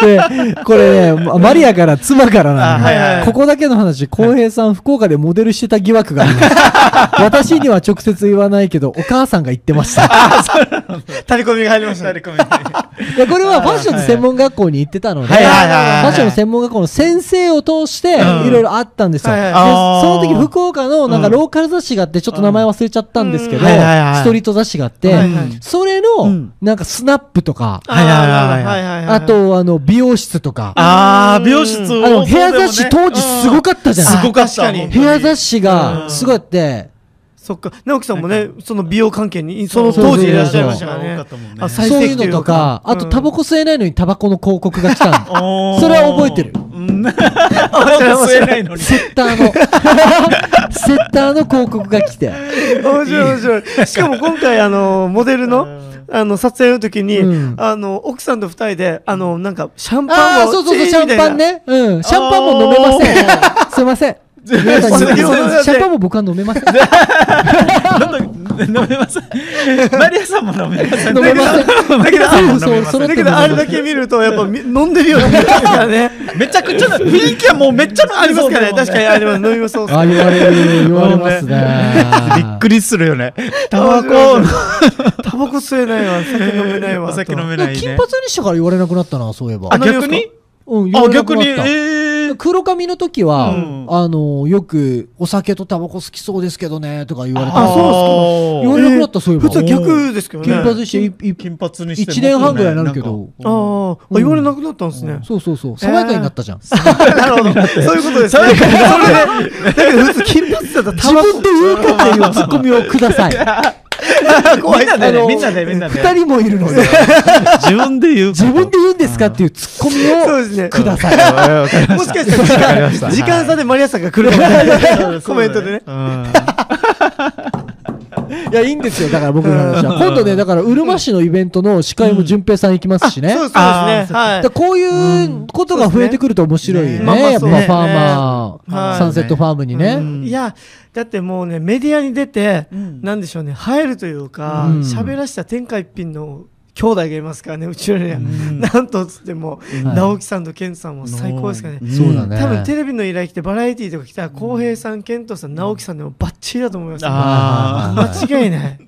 Speaker 3: で、これね、まマリアから妻からなんで、
Speaker 2: あはいはい
Speaker 3: ここだけの話、浩平さん、福岡でモデルしてた疑惑があります。私には直接言わないけど、お母さんが言ってました。
Speaker 1: タレコミが入りましたね
Speaker 3: でこれはファッションの専門学校に行ってたので、フ
Speaker 2: はいはいはいはい
Speaker 3: ァッションの専門学校の先生を通して、
Speaker 2: うん
Speaker 3: いろいろあったんですよ。
Speaker 1: はいはい
Speaker 3: で
Speaker 2: あー
Speaker 3: その時、福岡のなんかローカル雑誌があって、ちょっと名前忘れちゃったんですけど、
Speaker 2: うんはいはいはい
Speaker 3: ストリート雑誌があって、
Speaker 1: はいはい
Speaker 3: それ
Speaker 2: う
Speaker 3: の
Speaker 2: ん、
Speaker 3: なんかスナップとか、
Speaker 1: はいはい
Speaker 2: は
Speaker 1: はいいはい
Speaker 3: あと、あの、美容室とか、
Speaker 2: ああ、美容室を。
Speaker 3: あの、部屋雑誌当時すご
Speaker 2: かっ
Speaker 3: かったじゃない
Speaker 2: すごかった。
Speaker 1: 確かに
Speaker 3: 部屋雑誌が
Speaker 1: うん
Speaker 3: すごいあって、
Speaker 1: そっか直樹さんもねその美容関係にその当時いらっしゃいましたから
Speaker 2: そう
Speaker 1: ね
Speaker 2: そうそうそう
Speaker 1: あ
Speaker 3: そ
Speaker 1: 最
Speaker 3: ういう
Speaker 1: 盛期
Speaker 3: のとか、あと
Speaker 1: うん
Speaker 3: タバコ吸えないのにタバコの広告が来たの。
Speaker 2: そ
Speaker 3: それは覚えてる
Speaker 2: うん。 <laughs> なんか吸えないのに。
Speaker 3: セッターの、 <laughs> セッターの広告が来て。
Speaker 1: 面白い面白い。しかも今回あのモデル
Speaker 2: う
Speaker 1: の
Speaker 2: ん
Speaker 1: あの撮影の時に、
Speaker 3: うん
Speaker 1: あの奥さんと二人であのなんかシャンパ
Speaker 3: あ
Speaker 1: ン
Speaker 3: あ、
Speaker 1: を
Speaker 3: そうそうそう、
Speaker 1: チ
Speaker 3: シャ
Speaker 1: ー
Speaker 3: ンパンね。うん。シャンパンも飲めません。すいません。皆さんに言うけど
Speaker 1: すいません
Speaker 3: シャンパンも僕は飲めません。
Speaker 2: 飲めません。マリアさんも飲めません。
Speaker 3: 飲めません。
Speaker 2: だけど
Speaker 3: そう
Speaker 2: 飲めません
Speaker 3: そう
Speaker 1: みたいなだけどあれだけ見るとやっぱみ飲んでるように見えるからね
Speaker 2: めちゃくちゃな雰囲気はもうめっちゃ飲んで
Speaker 1: あります
Speaker 2: そう
Speaker 1: か
Speaker 2: だ
Speaker 1: ね
Speaker 2: もん
Speaker 1: 確かにあります飲みますそうです
Speaker 3: あ、言われる、言われますね。
Speaker 2: びっくりするよね。タバコ
Speaker 1: 面タバコ吸えないわ酒飲めない <laughs> わ
Speaker 2: お酒飲め
Speaker 3: で
Speaker 2: な
Speaker 3: も
Speaker 2: い
Speaker 3: 金
Speaker 2: ね
Speaker 3: 髪。にしてから言われなくなったな、そういえば。
Speaker 2: あ、逆に
Speaker 3: うん、言わ
Speaker 2: あ、
Speaker 3: れなく
Speaker 2: 逆
Speaker 3: なっ
Speaker 2: に。
Speaker 3: た
Speaker 2: えー
Speaker 3: 黒髪の時
Speaker 2: う
Speaker 3: は、
Speaker 2: ん
Speaker 3: あのよくお酒とタバコ好きそうですけどねとか言われ
Speaker 1: あ
Speaker 3: た
Speaker 1: そう
Speaker 3: 言われなくなったそういえば
Speaker 1: 普通逆ですけどね
Speaker 3: 金
Speaker 1: あ
Speaker 3: 髪していい
Speaker 2: 金髪にして
Speaker 3: 一年半ぐらいになるけど
Speaker 1: あーあ言われなくなったんですね、
Speaker 3: そうそうそう爽やかになったじゃん、
Speaker 1: なるほどそういうことですねそれでだけど普通金髪だったら
Speaker 3: 自分で言うかっていうツッコミをください
Speaker 2: みんなでね
Speaker 3: あの
Speaker 2: みんなでみんなで
Speaker 3: 二人もいるので
Speaker 2: 自分で言う
Speaker 3: 自分で言うんですかっていうツッコミ
Speaker 1: そう
Speaker 3: を
Speaker 1: ですね
Speaker 2: <laughs>
Speaker 3: ください
Speaker 2: わかりま
Speaker 1: もし
Speaker 2: し
Speaker 1: かしたら時間時間差でマリアさんが来るかもしれない
Speaker 2: た
Speaker 1: コメントでね。
Speaker 2: うん
Speaker 3: いやいいんですよだから僕の話は今度ねだからうるま市のイベントの司会も淳平さん行きますしね、
Speaker 1: そうですね。
Speaker 2: あー
Speaker 1: はい
Speaker 3: だ。こういうことが増えてくると面白いね。
Speaker 2: うん
Speaker 1: そうですね
Speaker 3: やっぱフ
Speaker 1: ね
Speaker 3: ァーマ
Speaker 1: は
Speaker 3: ー、
Speaker 1: い
Speaker 3: サンセットファームに
Speaker 1: う
Speaker 3: ね。
Speaker 1: んいやだってもうねメディアに出て、
Speaker 2: うん
Speaker 1: なんでしょうね入るというか
Speaker 3: うん
Speaker 1: 喋、らした天下一品の兄弟がいますからねうちらには、
Speaker 2: ん
Speaker 1: なんとつっても、
Speaker 3: はい
Speaker 1: 直樹さんと健さんも最高ですからね、
Speaker 2: うん
Speaker 3: そうだね。
Speaker 1: 多分テレビの依頼来てバラエティーとか来たら浩平さん健人さん直樹さんでもバッチリだと思います、
Speaker 2: あー
Speaker 3: <laughs>
Speaker 1: 間違いない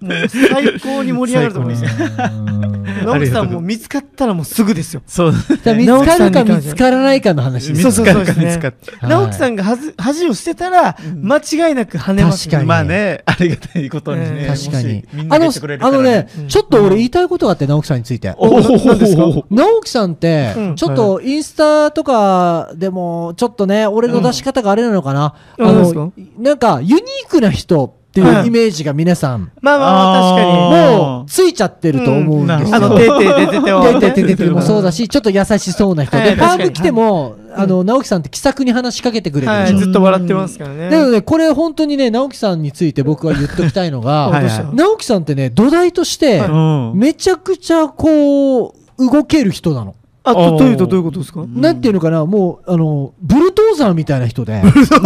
Speaker 1: もう最高に盛り上がると思いますよ
Speaker 3: うん
Speaker 1: 直樹さんも見つかったらもうすぐですよ
Speaker 2: そう
Speaker 3: だから見つかるか見つからないかの話です
Speaker 1: そうそうそうです
Speaker 2: 見つ
Speaker 1: ね
Speaker 2: かるか見つ
Speaker 3: はい
Speaker 1: 直樹さんがはず恥をしてたら間違いなく跳ねます
Speaker 3: 確かに
Speaker 2: まあねありがたいことにね
Speaker 1: ね
Speaker 3: 確か
Speaker 2: も
Speaker 3: に
Speaker 2: しみん。な
Speaker 3: あ
Speaker 2: で言
Speaker 3: の
Speaker 2: ってくれ、るか
Speaker 3: あ
Speaker 2: ら
Speaker 3: のね
Speaker 1: う、ん
Speaker 3: ちょっと俺言いたいことがあって、直樹さんについて。
Speaker 2: お
Speaker 1: お何ですか
Speaker 3: 直樹さんって
Speaker 1: う、ん
Speaker 3: ちょっとインスタとかでも、ちょっとね、俺の出し方があれなのかな。あ
Speaker 1: うんあ
Speaker 3: の、なんか、ユニークな人っていうイメージが皆さん、
Speaker 1: まあまあまあ確かに
Speaker 2: あー
Speaker 3: もう、ついちゃってると思うんです
Speaker 2: うんな
Speaker 1: あ
Speaker 2: る
Speaker 1: の、
Speaker 2: ほど
Speaker 3: よ。
Speaker 1: てーてーてーてーてーをね
Speaker 3: 出ててててもそうだし、ちょっと優しそうな人
Speaker 1: はい
Speaker 3: で、ファ
Speaker 1: 確かに
Speaker 3: ーム来ても、あの、直樹さんって気さくに話しかけてくれる
Speaker 1: は
Speaker 3: でし
Speaker 1: い、
Speaker 3: ょ。
Speaker 1: ずっと笑ってますからね。
Speaker 3: なので、これ本当にね、直樹さんについて僕は言っときたいのが、
Speaker 2: はい
Speaker 1: はい
Speaker 3: 直樹さんってね、土台として、
Speaker 2: うん
Speaker 3: めちゃくちゃこう、動ける人なの。
Speaker 1: あ
Speaker 2: あ
Speaker 1: と、
Speaker 2: ー
Speaker 1: というとどういうことですか
Speaker 2: ん
Speaker 3: なんていうのかな、もう、あの、ブルドーザーみたいな
Speaker 1: <laughs>
Speaker 3: 人で。そう。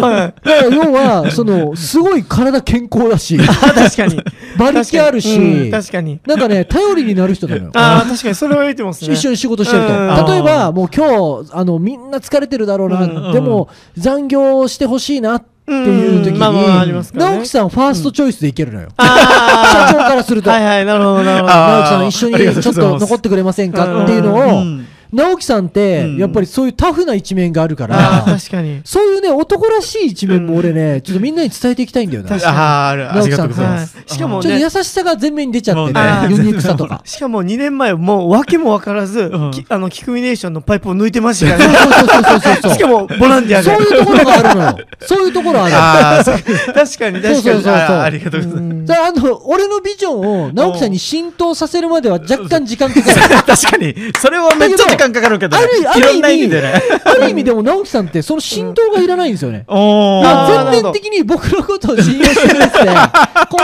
Speaker 1: はい
Speaker 3: だから要は、その、すごい体健康だ
Speaker 1: <laughs>
Speaker 3: し、
Speaker 1: あ確かに。
Speaker 3: 馬力ある
Speaker 1: う
Speaker 3: し
Speaker 1: ん、確かに。
Speaker 3: なんかね、頼りになる人なのよ。
Speaker 1: ああ、確かに、それは言ってますね。
Speaker 3: 一緒に仕事してると、
Speaker 1: うん
Speaker 3: 例えばもう今日あのみんな疲れてるだろうな、
Speaker 1: うん
Speaker 3: でも残業してほしいなっていう時に、
Speaker 1: うんまあまあありますからね
Speaker 3: 直樹さんファーストチョイスでいけるのよ、社
Speaker 1: あ
Speaker 3: 長からする
Speaker 1: あ、
Speaker 3: と、
Speaker 1: はいはい、なるほど、なるほど。
Speaker 2: あー
Speaker 3: 直樹さん一緒
Speaker 2: ありがと
Speaker 3: に
Speaker 2: う
Speaker 3: ち
Speaker 2: ご
Speaker 3: ょっ
Speaker 2: ざい
Speaker 3: と
Speaker 2: ます
Speaker 3: 残ってくれませんかっていうのを、
Speaker 2: うん
Speaker 3: 直樹さんって
Speaker 2: うん
Speaker 3: やっぱりそういうタフな一面があるか
Speaker 1: ああ、
Speaker 3: ら、
Speaker 1: 確かに。
Speaker 3: そういうね男らしい一面も俺ねちょっとみんなに伝えていきたいんだよな、
Speaker 1: 確
Speaker 3: ち
Speaker 1: か
Speaker 3: ょ
Speaker 1: に
Speaker 2: あーあるありがとうございま
Speaker 1: は
Speaker 2: す。
Speaker 1: い。しかも
Speaker 3: っと優
Speaker 1: ね、
Speaker 3: しさが前面に出ちゃって
Speaker 2: もう
Speaker 1: ね
Speaker 3: ねユニークさとか。
Speaker 1: しかも2年前、もう訳も分からず
Speaker 2: うん、
Speaker 1: きあの、キクミネーションのパイプを抜いてましたからね。
Speaker 3: そうそうそうそうそう
Speaker 1: しかも、ボランティア
Speaker 3: そう
Speaker 1: で。
Speaker 3: いうところがあるのよ。そういうところある。
Speaker 2: ああ、そう
Speaker 1: 確かに、
Speaker 3: そう
Speaker 1: 確
Speaker 3: そ
Speaker 1: か
Speaker 3: う
Speaker 1: に
Speaker 3: そう。
Speaker 2: あーありがとうござ <laughs> います。
Speaker 1: うん
Speaker 3: だからあの、俺のビジョンを直樹さんに浸透させるまでは若干時間かかる。
Speaker 2: 確かに、それはめっちゃ時間間かかるけど、
Speaker 3: あるある
Speaker 2: いろんな意
Speaker 3: 意
Speaker 2: 味
Speaker 3: 味
Speaker 2: でね。
Speaker 3: ある意味でも直樹さんってその浸透がいらないんですよね。
Speaker 2: お
Speaker 1: あー
Speaker 2: ー。
Speaker 3: 全面的に僕のことを信用してくれてて、こ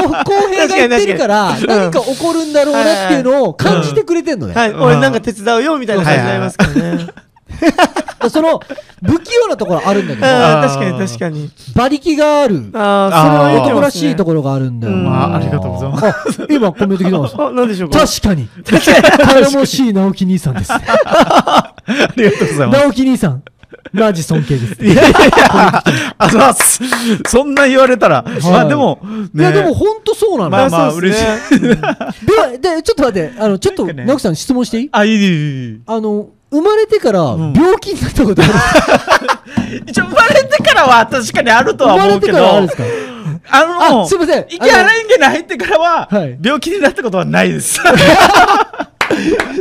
Speaker 3: う公平が言ってるから、
Speaker 1: 確かに
Speaker 3: 何か起こるんだろうなっていうのを感じてくれてんのね。
Speaker 1: はい、
Speaker 2: うん
Speaker 1: 俺なんか手伝うよみたいな感じになりますからね。
Speaker 3: その、不器用なところあるんだけど、
Speaker 1: あー
Speaker 2: はい
Speaker 1: 確
Speaker 2: はい
Speaker 1: かに確かに。
Speaker 3: 馬力がある。
Speaker 1: ああ、それは言って
Speaker 3: 男
Speaker 1: ま
Speaker 3: ら
Speaker 1: す、ね。
Speaker 3: しいところがあるんだよな。。
Speaker 1: うんま
Speaker 2: あありがとうございます
Speaker 3: 今コメント来たんです
Speaker 1: あ、なんでしょうか。
Speaker 3: 確かに。頼もしい直樹兄さんです。
Speaker 2: ありがとうございます。
Speaker 3: 直樹兄さん、マジ尊敬です。
Speaker 2: いやいやいや、あざっすそんな言われたら、まあでも、
Speaker 3: いや、
Speaker 2: ね
Speaker 3: でも本当そうなの。
Speaker 2: まあまあ
Speaker 1: そうですね
Speaker 2: 嬉しい。 <laughs>
Speaker 3: では、で、ちょっと待って、あの、ちょっと、
Speaker 2: なんかね
Speaker 3: 直樹さん質問していい
Speaker 2: あ、いいいいいい。
Speaker 3: あの、生まれてから
Speaker 2: ん
Speaker 3: 病気になったことある、
Speaker 2: 一応生まれてからは確かに <laughs> あるとは
Speaker 3: 生ま
Speaker 2: 思
Speaker 3: れ
Speaker 2: う
Speaker 3: て
Speaker 2: け
Speaker 3: か
Speaker 2: ど、
Speaker 3: らあ
Speaker 2: あ
Speaker 3: るんですか
Speaker 2: の、
Speaker 3: あすいません
Speaker 2: 池原園芸に入ってからは
Speaker 3: はい、
Speaker 2: 病気になったことはないです。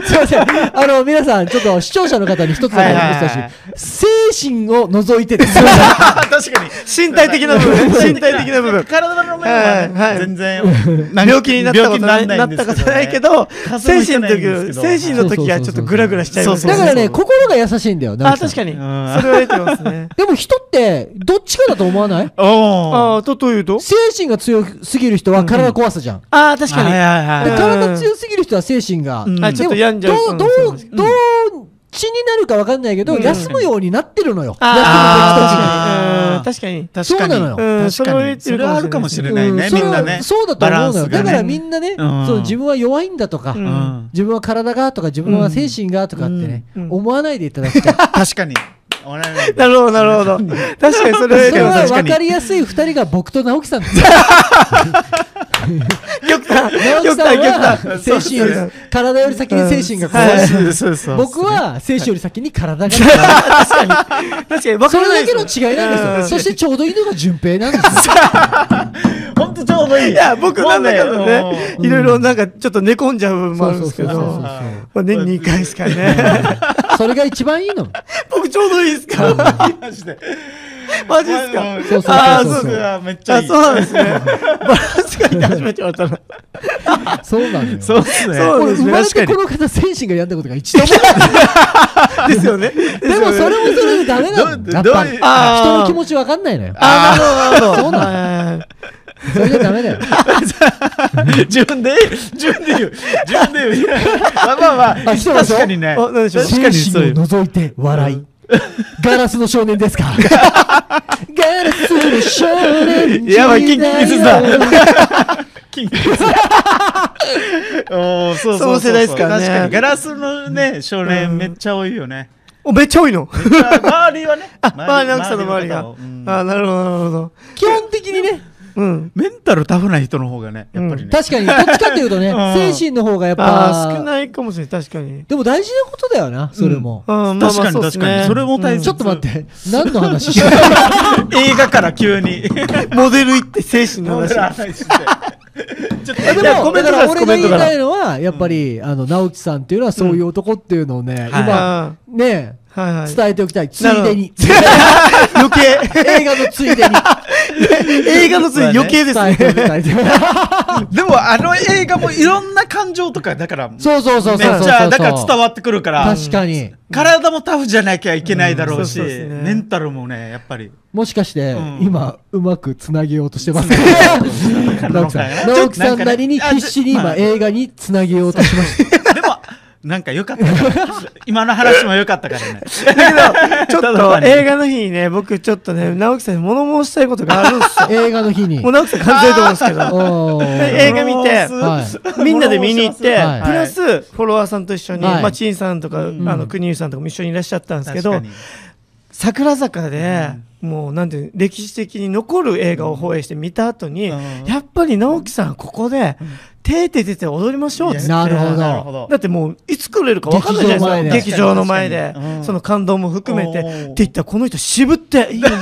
Speaker 3: すいません。あの、皆さん、ちょっと視聴者の方に一つだけ
Speaker 1: はい
Speaker 3: リ
Speaker 1: はい
Speaker 3: ク
Speaker 1: はい
Speaker 3: エストし、精神を除いてで
Speaker 2: <laughs>
Speaker 3: す。
Speaker 2: 確かに。
Speaker 1: 身体的な部分ね。身体的な部分。
Speaker 2: 体の面はね
Speaker 1: はいはい
Speaker 2: 全然、
Speaker 1: 病気になったことない
Speaker 2: 病気
Speaker 1: なったことないけど、
Speaker 2: 風邪
Speaker 1: 精神
Speaker 2: もひかな
Speaker 1: の
Speaker 2: いんですけ
Speaker 1: 時、
Speaker 2: ど
Speaker 1: 精神の時はちょっとグラグラしちゃいます
Speaker 2: そうそう
Speaker 3: だ
Speaker 2: そう
Speaker 3: からね、心が優しいんだよ。直
Speaker 1: あ、
Speaker 3: 樹さん
Speaker 1: 確かに。それ
Speaker 2: ん
Speaker 1: は言ってますね。
Speaker 3: でも人って、どっちかだと思わない
Speaker 2: お
Speaker 1: あ
Speaker 2: お。
Speaker 1: あ、と、というと
Speaker 3: 精神が強すぎる人は体壊すじゃん。
Speaker 1: ああ、確かに。
Speaker 2: はいはいはい
Speaker 3: で
Speaker 1: うん
Speaker 3: 体強すぎる人は精神が。
Speaker 2: ん
Speaker 1: あちょっと病んじゃう
Speaker 3: でもど
Speaker 1: 可
Speaker 3: う、
Speaker 1: 能
Speaker 3: ど
Speaker 1: 性
Speaker 3: う、どう、血になるかわかんないけど、
Speaker 1: うん
Speaker 3: 休むようになってるのよ。
Speaker 1: ああ、確かに。
Speaker 2: 確かに。
Speaker 3: そうなのよ
Speaker 1: うん
Speaker 2: 確
Speaker 1: そ
Speaker 2: か
Speaker 1: れ
Speaker 2: に
Speaker 1: は言って
Speaker 2: そ
Speaker 1: る
Speaker 2: れ
Speaker 1: かもしれない
Speaker 2: はあるかもしれない
Speaker 3: やってる
Speaker 2: ね、
Speaker 3: 時に
Speaker 2: みんな
Speaker 3: う
Speaker 2: ね。
Speaker 3: そうだと思うのよ。だ
Speaker 2: バラ
Speaker 3: から
Speaker 2: ンスがね
Speaker 3: みんなね、
Speaker 2: うん
Speaker 3: そう自分は弱いんだとか、
Speaker 1: うん
Speaker 3: 自分は体がとか、自分は精神がとかってね、
Speaker 1: うんうん
Speaker 3: 思わないでいた
Speaker 1: <laughs>
Speaker 3: だきたい。
Speaker 2: 確 <laughs> かに。俺
Speaker 1: なるほど、なるほど。確かにそれは言って
Speaker 3: それ
Speaker 1: ま
Speaker 3: は
Speaker 1: す。
Speaker 3: 分かりやすい二人が僕と直
Speaker 1: <laughs>
Speaker 3: 樹さんです。
Speaker 1: 極端、
Speaker 3: 直樹
Speaker 1: 極
Speaker 3: さ
Speaker 1: 端、
Speaker 3: ん
Speaker 1: 極端。
Speaker 3: は精神より
Speaker 1: そう、
Speaker 3: 体より先に精神が
Speaker 1: は
Speaker 3: 怖い。
Speaker 1: い
Speaker 2: そうですそうです
Speaker 3: 僕は精神より先
Speaker 2: <laughs>
Speaker 3: に体が。
Speaker 1: 確かに、分
Speaker 3: そ
Speaker 1: からな
Speaker 3: れ
Speaker 1: い
Speaker 3: だけの
Speaker 1: ですよ
Speaker 3: 違いなんですよ。そしてちょうどいいのが順平なんですよ。
Speaker 2: <laughs> 本当ちょうどいい。
Speaker 1: いや、僕なんだか
Speaker 2: も
Speaker 1: の
Speaker 2: う
Speaker 1: ね、いろいろなんかちょっと寝込んじゃう部分もあるんですけど、
Speaker 3: そうそうそうそう
Speaker 1: まあ年に1回ですからね。
Speaker 3: それが一番いいの。
Speaker 1: 僕ちょうどいいですか
Speaker 2: もう <laughs> マジで。
Speaker 1: <laughs> マジですか
Speaker 3: そうそうそう
Speaker 1: あー
Speaker 3: そう
Speaker 1: そう
Speaker 2: あめっちゃ
Speaker 1: あ、
Speaker 2: いい。
Speaker 1: そうなんですね。バランスがいて初めてわったな。
Speaker 3: そうなのよ。
Speaker 2: そうですね。
Speaker 1: そう
Speaker 3: 俺
Speaker 1: です
Speaker 3: 生
Speaker 1: ね
Speaker 3: まれてこの方精神が病んだことが一度もない
Speaker 1: ですよね。
Speaker 3: でもそれもそれでダメなの
Speaker 2: ど
Speaker 3: やっ
Speaker 2: どう
Speaker 3: ぱ
Speaker 2: い
Speaker 3: り
Speaker 2: う
Speaker 1: あー
Speaker 3: 人の気持ちわかんないのよ
Speaker 1: あー、なるほど、
Speaker 3: そう
Speaker 1: なるほど。
Speaker 3: それじゃダメだよ
Speaker 2: 自分で、自分で言う。自分で言う。まあまあまあ、
Speaker 3: あそうなんで
Speaker 2: 確
Speaker 3: すよ
Speaker 2: かにね。
Speaker 1: あなんでしょう
Speaker 2: <laughs> 確かにそうい
Speaker 3: 精
Speaker 2: う
Speaker 3: 神。を除いて笑
Speaker 2: <laughs>
Speaker 3: いガラスの少年ですかガラスの少年
Speaker 2: やばいキンキキスだ
Speaker 3: 時代を
Speaker 2: キンキおーそうそうそう
Speaker 1: その世代ですからね
Speaker 2: 確かにガラスのね少
Speaker 1: うん
Speaker 2: 年めっちゃ多いよね、
Speaker 1: お、めっちゃ多いの。
Speaker 2: 周りはね
Speaker 1: <laughs> あ、まあ、直樹さんの周りが。あ
Speaker 2: の方
Speaker 1: ー、なるほど、なるほど。
Speaker 3: 基本的にね
Speaker 1: うん。
Speaker 2: メンタルタフな人の方がねやっぱりね、
Speaker 3: 確かにどっちかっていうと
Speaker 2: <laughs>
Speaker 3: ね
Speaker 2: うん
Speaker 3: 精神の方がやっ
Speaker 1: あー、
Speaker 3: ぱ
Speaker 1: 少ないかもしれない、確かに。
Speaker 3: でも大事なことだよなそれも
Speaker 1: うん、
Speaker 2: 確かに確かにそれも大
Speaker 3: ち
Speaker 2: 切
Speaker 3: ょっと待って何の話してる
Speaker 2: <laughs> 映画から急に
Speaker 1: モデル行って精神の
Speaker 2: 俺
Speaker 1: 話。
Speaker 2: ら話してちょっと
Speaker 3: あで
Speaker 2: いや
Speaker 3: も、
Speaker 2: ごめん
Speaker 3: だ
Speaker 2: な
Speaker 3: か
Speaker 2: さい
Speaker 3: ら俺
Speaker 2: コメ
Speaker 3: が
Speaker 2: ン
Speaker 3: 言
Speaker 2: トか
Speaker 3: い
Speaker 2: ら
Speaker 3: たいのは、やっぱり、あの、直樹さんっていうのはそういう男っていうのをね、
Speaker 2: はい
Speaker 3: 今、
Speaker 1: あ
Speaker 3: ね、
Speaker 1: ーはいはい。
Speaker 3: 伝えておきたい。つい
Speaker 2: <laughs>
Speaker 3: でに。
Speaker 1: 余計。
Speaker 3: 映画のついでに。
Speaker 1: 映画の次余計です
Speaker 3: 伝え
Speaker 1: ね。
Speaker 3: ておきたい。
Speaker 2: でもあの映画もいろんな感情とかだからめっち
Speaker 3: そうそうそうそうそう。
Speaker 2: ゃだから伝わってくるから
Speaker 3: 確かに。
Speaker 2: 体もタフじゃなきゃいけないだろうし、
Speaker 1: うんそうそうですね
Speaker 2: メンタルもねやっぱり
Speaker 3: もしかして、
Speaker 2: うん
Speaker 3: 今、うまくつなげようとしてますね。 <laughs> 直樹さん。
Speaker 2: <laughs> ちょ
Speaker 3: 直樹さんなりに
Speaker 2: なんかね
Speaker 3: 必死に
Speaker 2: あ
Speaker 3: 今、
Speaker 2: ちょ
Speaker 3: 映画につなげようとしました。
Speaker 2: <laughs> でも、なんか良かっ
Speaker 1: <laughs>
Speaker 2: たから。今の話も良かったからね。
Speaker 1: だけど、ちょった
Speaker 2: だ
Speaker 1: と
Speaker 2: ね
Speaker 1: 映画の日にね、僕ちょっとね、直樹さんに物申したいことがあるんですよ。
Speaker 3: 映画の日に
Speaker 1: もう。直樹さん感じてると思うんですけど。
Speaker 3: おー
Speaker 1: <laughs> 映画見て
Speaker 3: は
Speaker 1: みんなで見に行って、
Speaker 3: はい
Speaker 1: プラスフォロワーさんと一緒に、
Speaker 3: はい
Speaker 1: まあ、陳さんとか、
Speaker 3: ん
Speaker 1: あの国生さんとかも一緒にいらっしゃったんですけ
Speaker 2: 確
Speaker 1: ど
Speaker 2: かに。
Speaker 1: 桜坂で、もうなんていうの歴史的に残る映画を放映して見た後に、
Speaker 2: うん
Speaker 1: やっぱり直樹さんここで、手手出て踊りましょうっつって
Speaker 3: なるほど
Speaker 2: なるほど
Speaker 1: だ。ってもういつ来れるか分かんないじゃないですか劇
Speaker 2: 劇
Speaker 1: 場の
Speaker 2: 場の
Speaker 1: 前
Speaker 2: 前
Speaker 1: で
Speaker 2: でうん
Speaker 1: その感動も含めて
Speaker 2: お
Speaker 1: っ
Speaker 2: ー
Speaker 1: て言ったらこの人渋
Speaker 2: <laughs>
Speaker 1: って「いいよいいよ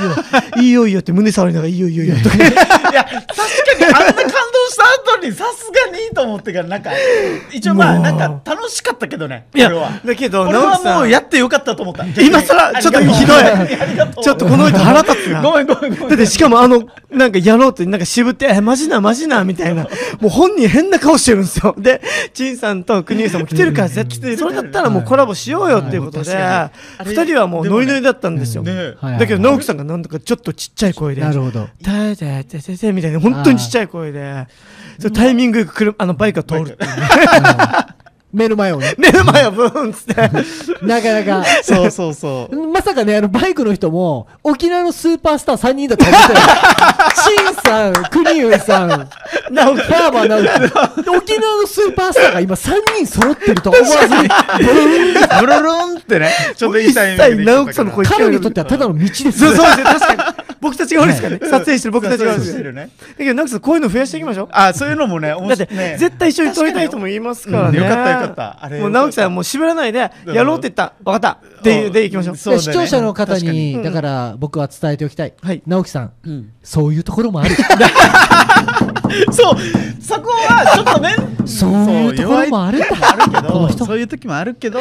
Speaker 1: いいよいいよ」って胸触りながら「いいよいいよいいよ」とか
Speaker 2: いや、確かにあんな感動した後にさすがにいいと思ってからなんか一応ま
Speaker 1: も
Speaker 2: あ
Speaker 1: う
Speaker 2: なんか楽しかったけどね
Speaker 1: い
Speaker 2: これは
Speaker 1: や、だけど、
Speaker 2: 俺
Speaker 1: 直樹
Speaker 2: は
Speaker 1: さ
Speaker 2: も
Speaker 1: ん
Speaker 2: う、やってよかったと思った
Speaker 1: <laughs> 今更ちょっとひどい
Speaker 2: ありがとう
Speaker 1: ちょっとこの人腹立つな。
Speaker 2: ごめんごめん
Speaker 1: だ
Speaker 2: ごめ
Speaker 1: っ
Speaker 2: ん
Speaker 1: てしかもあの、なんかやろうって、なんか渋って、え、マジな、マジな、みたいな。もう本人変な顔してるんですよ。で、陳さんと国枝さんも来てるから、絶対、それだったらもうコラボしようよっていうことで
Speaker 2: はいはい、確か
Speaker 1: 二
Speaker 2: に
Speaker 1: 人はもうノイノイだったんですよ。
Speaker 2: ね
Speaker 1: だ
Speaker 2: え
Speaker 3: は
Speaker 1: け
Speaker 3: い
Speaker 1: ど、直樹さんがなんとかちょっとちっちゃい声で、
Speaker 3: なるほど。
Speaker 1: だいだいてててみたいな、本当にちっちゃい声で、そのタイミングよく車、あの、バイクが通るっていうね。
Speaker 3: 目の前
Speaker 1: <laughs>
Speaker 3: をね。
Speaker 1: 目の前はブーンっつって。
Speaker 3: <laughs> なかなか。
Speaker 2: そうそう <laughs> そう
Speaker 3: まさかね、あの、バイクの人も、沖縄のスーパースター3人だと思ってたよ。シンさん、クニウさん、ナウファーバーナウキ。沖縄のスーパースターが今3人揃ってるとは思わずに、
Speaker 2: ブルルンってねちょっといいタイミングで
Speaker 1: 一切直樹さんの声
Speaker 3: 彼にとってはただの道ですよ
Speaker 1: そうそうですよ、確かに。僕たちが悪いですからね。撮影してる僕たちが悪いです
Speaker 2: そ
Speaker 1: か
Speaker 2: うそうそうして
Speaker 1: ら
Speaker 2: る
Speaker 1: ね。
Speaker 2: ね
Speaker 1: だけど、直樹さん、こういうの増やしていきましょう。
Speaker 2: あそういうのもね面
Speaker 1: だっ
Speaker 2: 白
Speaker 1: て
Speaker 2: いね、
Speaker 1: 絶対一緒に撮りたい人もいますからね。
Speaker 2: 確かにうんよかったよかったあれ
Speaker 1: もう直樹さんはもう絞らないで、やろうって言った。わかった。で、で、行きましょう。
Speaker 2: そうだね
Speaker 3: 視聴者の方
Speaker 2: 確か
Speaker 3: に、だから僕は伝えておきたい。
Speaker 1: はい
Speaker 3: 直樹さん,、そういうところもある。
Speaker 2: そうそこはちょっとね
Speaker 3: そういうところもあるんだ
Speaker 2: そう弱い時もあるけ
Speaker 3: この
Speaker 2: ど
Speaker 3: 人
Speaker 2: そういう時もあるけど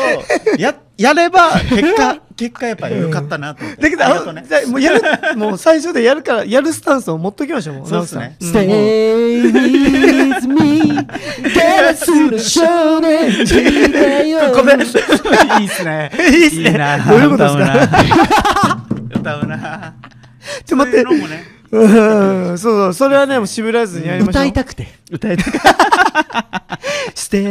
Speaker 2: ややれば結
Speaker 3: <laughs>
Speaker 2: 果結果やっぱり良かったなと思って
Speaker 1: だけど、
Speaker 2: あ
Speaker 1: あ
Speaker 2: りがとう
Speaker 1: の
Speaker 2: ね
Speaker 1: じゃあもうや
Speaker 2: <laughs>
Speaker 1: る、もう最初でやるから、やるスタンスを持っときましょう、もう
Speaker 2: そう
Speaker 1: 直
Speaker 2: で
Speaker 1: 樹
Speaker 2: す
Speaker 1: さん
Speaker 2: ね。
Speaker 1: うん
Speaker 3: Stay with me, ダンスの少年時代
Speaker 1: <laughs>
Speaker 3: よ。
Speaker 2: ここで <laughs> いいっすね
Speaker 1: いいっすね
Speaker 2: いな
Speaker 1: どういうことですか
Speaker 2: 歌うな歌うな
Speaker 1: ちょっ <laughs> と待って
Speaker 2: そういうのもね
Speaker 1: うん、そうそう、それはね、もう絞らずにやりましょう。
Speaker 3: 歌いたくて。
Speaker 2: 歌えたか
Speaker 1: <laughs>
Speaker 2: <laughs>
Speaker 1: して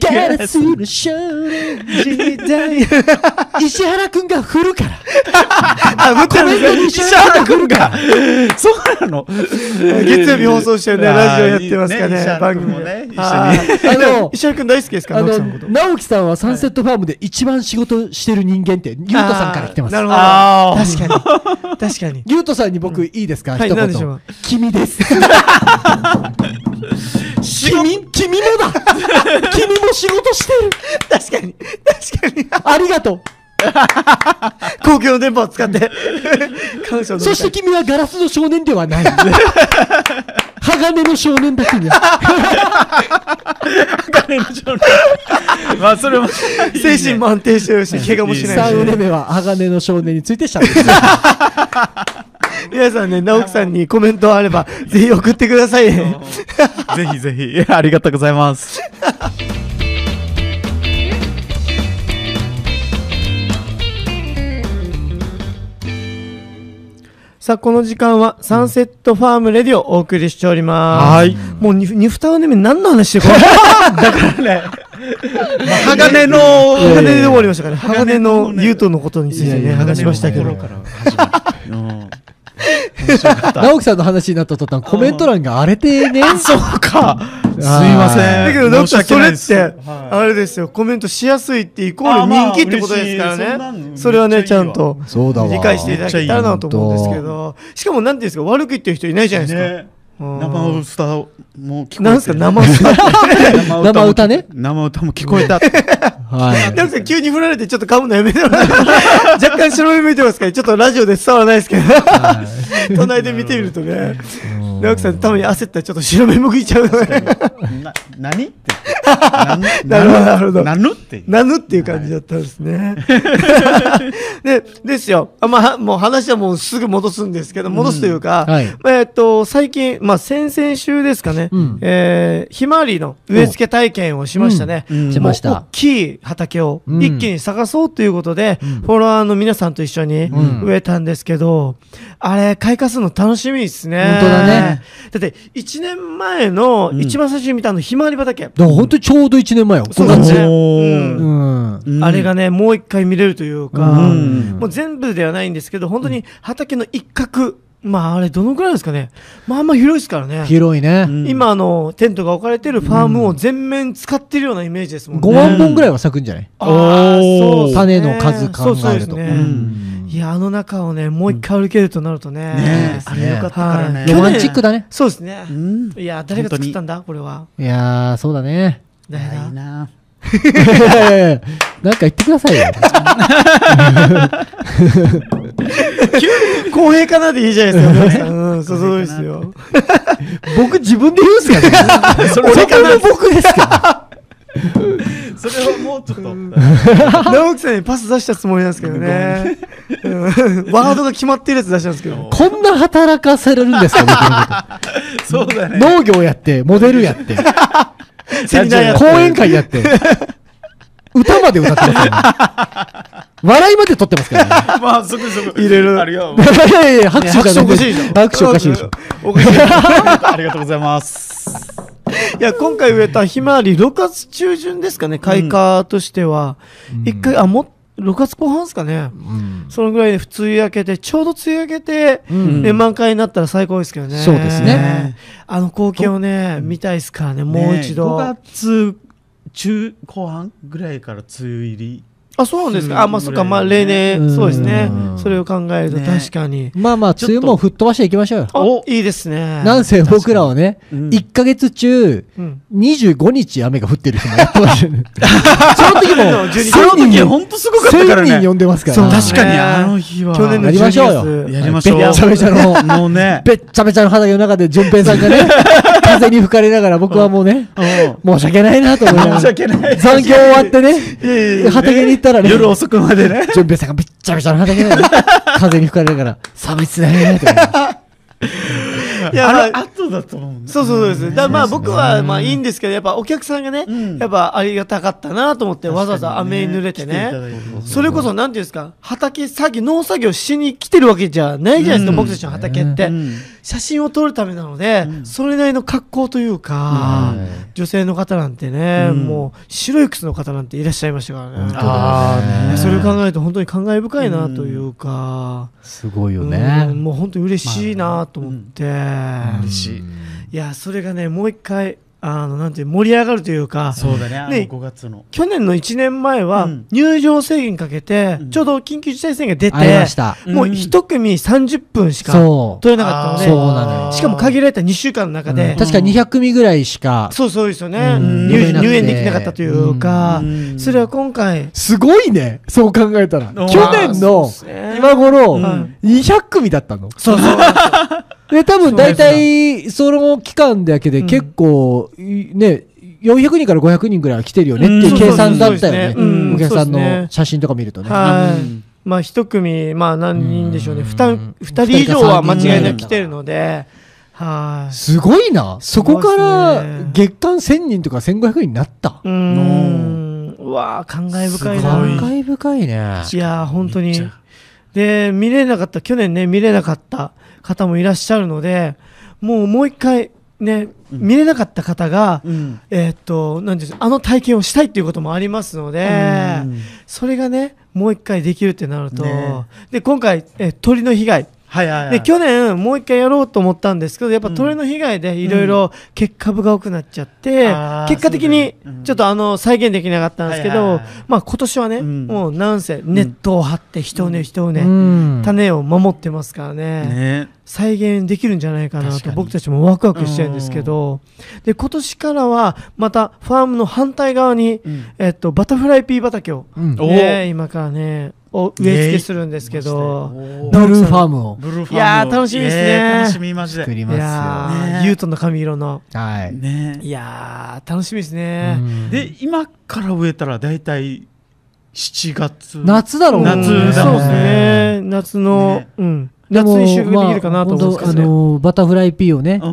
Speaker 3: ガラスの少年時代
Speaker 1: <laughs>
Speaker 3: 石原くんが振るから。
Speaker 1: あ、ぶって
Speaker 3: コメントに
Speaker 1: る
Speaker 3: 石原くんが。
Speaker 2: そうな <laughs> の
Speaker 1: <laughs> 月曜日放送してるね、
Speaker 2: あー
Speaker 1: ラジオやってますから
Speaker 2: いい
Speaker 1: ね、
Speaker 2: ね
Speaker 1: 番組
Speaker 2: 石原君もね
Speaker 1: あー
Speaker 3: 一緒に
Speaker 1: あの石原君大好きですか
Speaker 3: あ
Speaker 1: ら、直樹さん
Speaker 3: の
Speaker 1: のこと。、
Speaker 3: 直樹さんはサンセットファームで一番仕事してる人間って、ゆうとさんから来てます。
Speaker 1: あー
Speaker 2: あー
Speaker 1: なるほど。確かに。確かに。
Speaker 3: ゆうとさんに僕いいですか、
Speaker 1: はい
Speaker 3: 一言
Speaker 1: 何でしょう
Speaker 3: 君
Speaker 1: <laughs>
Speaker 3: です。
Speaker 2: 仕事
Speaker 3: 君、君も
Speaker 1: <laughs>
Speaker 3: だ君も仕事してる
Speaker 1: 確かに。確かに。
Speaker 3: ありがとう
Speaker 1: 公共の電波を使って。感謝を述べた
Speaker 3: そ
Speaker 1: い
Speaker 3: して君はガラスの少年ではない。鋼の少年だけに
Speaker 2: 金の状態 <laughs> まあそ
Speaker 1: <laughs>
Speaker 2: れも
Speaker 1: 精神も安定してるし、怪我もしな
Speaker 3: サ
Speaker 1: い
Speaker 3: ウ
Speaker 1: し。
Speaker 3: ネ目は鋼の少年についてしたんです。
Speaker 1: 皆さんね、直樹さんにコメントあれば、ぜひ送ってくださいね。
Speaker 2: ぜひぜひ <laughs> ありがとうございます。
Speaker 1: さあ、この時間はサンセットファームレディオをお送りしております。
Speaker 2: はい。
Speaker 1: もうに、にふたね目何の話してこ
Speaker 2: <laughs>
Speaker 1: れ
Speaker 2: 鋼の
Speaker 1: 鋼で終わりましたから、
Speaker 2: 鋼
Speaker 1: 鋼
Speaker 2: の
Speaker 1: の優斗のことについてね、話しましたけど。
Speaker 3: 直樹さんの話になった途端、コメント欄が荒れてね。
Speaker 2: そうか。すい
Speaker 3: ー
Speaker 2: ません。
Speaker 1: だけど、直樹さん、それっ
Speaker 2: 申し訳ない
Speaker 1: て
Speaker 2: で、す
Speaker 1: あれですよ、コメントしやすいってイコー
Speaker 2: あ
Speaker 1: ル
Speaker 2: ーまあ
Speaker 1: 人気ってことですか
Speaker 2: 嬉しいそ
Speaker 1: ら
Speaker 2: んな
Speaker 1: ね。
Speaker 2: の
Speaker 1: それは
Speaker 2: め
Speaker 1: ね、
Speaker 2: っ
Speaker 1: ち
Speaker 2: ちゃ
Speaker 1: ゃ
Speaker 2: いい
Speaker 1: ん
Speaker 2: わ
Speaker 1: と
Speaker 3: そうだわ
Speaker 1: 理解していただけたらなと思うんですけど、しかも、なんていうんですか、悪く言ってる人いないじゃないですか。う
Speaker 2: ね
Speaker 1: ん
Speaker 2: 生歌も聞こえてる
Speaker 1: なんすか、生スタ
Speaker 2: 生
Speaker 3: 生歌ね
Speaker 2: 生歌も聞こえた。
Speaker 3: はい。
Speaker 1: なんか急に振られてちょっと噛むのやめてもらって <laughs> 若干白目向いてますから、ちょっとラジオで伝わらないですけど、隣で見てみるとね、直樹さん、たまに焦ったらちょっと白目向いちゃうのね、
Speaker 2: <laughs> な何って。なん
Speaker 1: <laughs> なるほどなるほど
Speaker 2: なぬって。
Speaker 1: なぬっていう感じだったんです
Speaker 3: <laughs>
Speaker 1: ね。で、ですよ。あまあ、もう話はもうすぐ戻すんですけど、戻すというか、
Speaker 3: うんはい
Speaker 1: えーっと、最近、まあ、先々週ですかね、
Speaker 3: うん
Speaker 1: えーひまわりの植え付け体験をしましたね。
Speaker 2: うんうん
Speaker 1: もう
Speaker 3: しました
Speaker 1: 大きい畑を
Speaker 3: うん
Speaker 1: 一気に探そうということで、フォロワーの皆さんと一緒に
Speaker 3: うん
Speaker 1: 植えたんですけど、あれ、開花するの楽しみですね。
Speaker 3: 本当だね。
Speaker 1: だって、1年前の一番最初に見たあのひまわり畑。
Speaker 3: でも本当にちょうど1年前よ。
Speaker 1: そう
Speaker 2: だ
Speaker 1: で
Speaker 2: ね
Speaker 1: す
Speaker 3: 5
Speaker 1: ね。
Speaker 2: おー
Speaker 1: うん
Speaker 3: うん。
Speaker 2: うん
Speaker 1: あれがね、もう一回見れるというか、
Speaker 2: うん
Speaker 1: もう全部ではないんですけど、本当に畑の一角、まああれどのぐらいですかね。まあまあ広いですからね。
Speaker 3: 広いね。
Speaker 2: ん
Speaker 1: 今あの、テントが置かれてるファームを全面使ってるようなイメージですもんね。
Speaker 3: 5万本ぐらいは咲くんじゃない
Speaker 1: あーそうっすね
Speaker 3: 種の数考
Speaker 1: そうそう
Speaker 3: え
Speaker 1: で
Speaker 3: る
Speaker 1: す
Speaker 3: と。
Speaker 1: ね
Speaker 3: うん
Speaker 1: いや、あの中をね、もう一回歩けるとなるとね。
Speaker 2: ねえ
Speaker 3: ですね
Speaker 2: あれよかったからね
Speaker 1: はい
Speaker 3: ロマンチックだね。
Speaker 1: そうですね
Speaker 2: う。ん
Speaker 1: いや、誰が作ったんだこれは。
Speaker 3: いやー、そうだね。 <laughs>
Speaker 1: だ
Speaker 2: いや
Speaker 1: よ
Speaker 2: い
Speaker 1: な。
Speaker 2: いな
Speaker 3: なんか言ってくださいよ。
Speaker 1: 公平かなでいいじゃないですか直樹さん。うん、そうそうですよ。
Speaker 3: 僕自分で言うんすか
Speaker 2: <laughs>
Speaker 3: ね
Speaker 2: それ
Speaker 3: 俺から僕ですか
Speaker 2: それはもうちょっと。
Speaker 3: <laughs>
Speaker 1: 直樹さんにパス出したつもりなんですけどね。うんワードが決まってるやつ出したんですけど。
Speaker 3: <laughs> こんな働かされるんですか
Speaker 2: そうだ
Speaker 3: 僕
Speaker 2: ね。
Speaker 3: <laughs> のこと農業やってモデルやって
Speaker 1: セミナーやっ
Speaker 3: 講
Speaker 1: てる
Speaker 3: 演会やって歌まで歌ってますからね笑いまで取ってますからね
Speaker 2: まあ、そこそこ。
Speaker 1: いろいろ
Speaker 2: あるよ。
Speaker 3: いやいやいや拍手
Speaker 1: 拍手おかしいでしょ。
Speaker 3: 拍手おかしいでしょ。
Speaker 1: おかしい。
Speaker 2: ありがとうございます。
Speaker 1: いや、今回植えたひまわり、6月中旬ですかね、開花としては。一、回、あ、も、6月後半ですかね。そのぐらいで、梅雨明けて、ちょうど梅雨明けて、
Speaker 3: ん
Speaker 1: ね満開になったら最高ですけどね。
Speaker 3: そうですね。
Speaker 1: あの光景をね、見たいですからね、もう一度。
Speaker 2: 5月中後半ぐらいから梅雨入り。
Speaker 1: あ、そうなんですか。あ、まあ、そっか、まあ、
Speaker 2: ぐら
Speaker 1: 例
Speaker 2: いね
Speaker 1: 年、そうですね
Speaker 3: う。ん
Speaker 1: それを考えると、
Speaker 2: ね
Speaker 1: 確かに。
Speaker 3: まあまあ
Speaker 2: ちょっと
Speaker 3: 梅雨も吹っ飛ばしていきましょうよ
Speaker 1: あ
Speaker 2: お、
Speaker 1: いいですね。
Speaker 3: なんせ僕らはね、
Speaker 2: うん
Speaker 3: 1ヶ月中、
Speaker 1: うん
Speaker 3: 25日雨が降ってる日もやってますよね。その時も、
Speaker 1: 12
Speaker 2: その時
Speaker 3: 1000
Speaker 2: ほんとすごかったから
Speaker 3: 1000人
Speaker 2: ね
Speaker 3: 呼。んでますから。
Speaker 1: そう
Speaker 2: 確
Speaker 1: 確
Speaker 2: か
Speaker 1: か
Speaker 2: に
Speaker 1: に
Speaker 2: あ
Speaker 1: あ
Speaker 2: の
Speaker 1: の
Speaker 2: 日は。
Speaker 1: 去年の
Speaker 3: やりましょうよ
Speaker 1: 12月
Speaker 2: やりましょう。
Speaker 3: べっちゃべちゃの
Speaker 2: もう <laughs> ね。
Speaker 3: べっちゃべちゃの畑の中で、順平さん
Speaker 1: <laughs>
Speaker 3: がね、風に吹かれながら僕はもうね、申し訳ないなと思いながら、
Speaker 2: 申し訳ない
Speaker 3: 残業終わってね、畑に行ったらね、
Speaker 2: 夜遅くまでね。
Speaker 3: 順平さんがべっちゃべちゃの畑で、ね、風に吹かれながら、寒いっすねーとか
Speaker 1: いや、ま
Speaker 2: あ
Speaker 1: あ
Speaker 2: の後だと思う。
Speaker 1: そうそうそうです。だからまあ僕はまあいいんですけど、やっぱお客さんがね、
Speaker 2: ん
Speaker 1: やっぱありがたかったなと思って、わざわざ雨に濡れて
Speaker 2: 来いただい
Speaker 1: ね。
Speaker 2: て
Speaker 1: それこそなんていうんですか、畑作業、農作業しに来てるわけじゃないじゃないですか、
Speaker 2: うん
Speaker 1: 僕たちの畑って。
Speaker 2: うん
Speaker 1: 写真を撮るためなので、それなりの格好というか、
Speaker 3: ね。
Speaker 1: 女性の方なんてね、
Speaker 2: うん
Speaker 1: もう白い靴の方なんていらっしゃいましたからね。
Speaker 3: あ
Speaker 1: い
Speaker 3: ー
Speaker 1: や
Speaker 3: ね
Speaker 1: それを考えると本当に感慨深いなというか、
Speaker 3: すごいよ
Speaker 1: うん
Speaker 3: ね。
Speaker 1: もう本当に嬉しいなと思って。
Speaker 2: 嬉しい。
Speaker 1: いやそれがねもう一回あのなんていう盛り上がるというか
Speaker 2: そうだね。あの
Speaker 1: ね
Speaker 2: 5月の。
Speaker 1: 去年の1年前
Speaker 2: う
Speaker 1: は
Speaker 2: ん
Speaker 1: 入場制限かけて、
Speaker 2: ん
Speaker 1: ちょうど緊急事態宣言出て
Speaker 3: ありました。
Speaker 1: もう
Speaker 2: うん
Speaker 1: 一組30分しか
Speaker 3: そう
Speaker 1: 取れなかった
Speaker 3: そう
Speaker 1: の
Speaker 3: なのよ
Speaker 1: でしかも限られた2週間の中で、
Speaker 3: うん確か200組ぐらいしか。
Speaker 1: そうそうですよね、
Speaker 3: うん
Speaker 1: 入
Speaker 3: うん
Speaker 1: 入園できなかったというか、
Speaker 2: うん
Speaker 1: それは今回
Speaker 3: すごいね。そう考えた
Speaker 2: ー
Speaker 3: ら。去年
Speaker 1: そうっ
Speaker 3: の
Speaker 1: すね
Speaker 3: 今頃
Speaker 1: ん、
Speaker 3: 200組だったの。
Speaker 1: そうそう
Speaker 3: で、多分大体、その期間だけで結構、いね、400人から500人ぐらいは来てるよねっていう計算だったよね。
Speaker 1: うん
Speaker 3: お客さん
Speaker 1: そうですね
Speaker 3: の写真とか見るとね。
Speaker 1: はい、
Speaker 2: うん
Speaker 1: まあ一組まあ何人でしょうね
Speaker 3: うん
Speaker 1: 2人
Speaker 3: 二
Speaker 1: 以
Speaker 3: 人か
Speaker 1: 上は間
Speaker 3: 三人
Speaker 1: 違いなく来てるのではい
Speaker 3: すごいな。そこか
Speaker 1: すごいっす
Speaker 3: ら
Speaker 1: ね
Speaker 3: 月間1000人とか1500人になった
Speaker 1: う。ーん。うわあ、感慨深い
Speaker 2: すご
Speaker 1: な。
Speaker 2: い
Speaker 3: 感慨深いね。
Speaker 1: いやー、本当
Speaker 2: めっち
Speaker 1: に
Speaker 2: ゃ。
Speaker 1: で、見れなかった、去年ね、見れなかった方もいらっしゃるので、もうもう一回、ね、見れなかった方が、
Speaker 2: うん
Speaker 1: えーっと、なんていうんですかあの体験をしたいっていうこともありますので
Speaker 2: うん、
Speaker 1: それがね、もう一回できるってなると
Speaker 2: ね、
Speaker 1: で、今回、えー鳥の被害。
Speaker 2: はいはいはい。
Speaker 1: で去年もう一回やろうと思ったんですけどやっぱ鳥の被害でいろいろ結果部が多くなっちゃって、
Speaker 2: あー
Speaker 1: 結果的に
Speaker 2: そうだねうん
Speaker 1: ちょっとあの再現できなかったんですけ
Speaker 2: はいはい
Speaker 1: ど
Speaker 2: はい
Speaker 1: まあ今年はね、
Speaker 2: うん
Speaker 1: もうなんせネットを張って人をね人をね、
Speaker 3: うん
Speaker 1: 種を守ってますからね
Speaker 2: ね。
Speaker 1: 再現できるんじゃないかな
Speaker 2: 確か
Speaker 1: と
Speaker 2: に
Speaker 1: 僕たちもワクワクしてるんですけどで今年からはまたファームの反対側に、
Speaker 2: うん
Speaker 1: えっと、バタフライピー畑を、
Speaker 3: うん
Speaker 2: お
Speaker 1: ね、今からねお植え付けするんですけど。
Speaker 2: お
Speaker 3: ブルーファームを
Speaker 2: ブルーファームを
Speaker 1: いやー楽しみですね
Speaker 2: えー楽しみマジ
Speaker 3: 作
Speaker 2: で。
Speaker 3: り
Speaker 1: いや
Speaker 3: ま
Speaker 1: ー
Speaker 2: ね
Speaker 1: ユートの髪色の
Speaker 3: すよ。はい。
Speaker 2: ね
Speaker 1: いやー楽しみです
Speaker 3: う
Speaker 1: ね、
Speaker 3: ん
Speaker 2: で、今から植えたら大体7月。
Speaker 3: 夏だろうね
Speaker 2: 夏だ
Speaker 1: そう
Speaker 2: もんね
Speaker 1: ですね夏の、
Speaker 2: ね
Speaker 1: うん
Speaker 3: で
Speaker 1: 夏
Speaker 3: も
Speaker 1: に収穫できるかなと思うんですけどね、
Speaker 3: まあ本当あのバタフライピーをね、
Speaker 2: う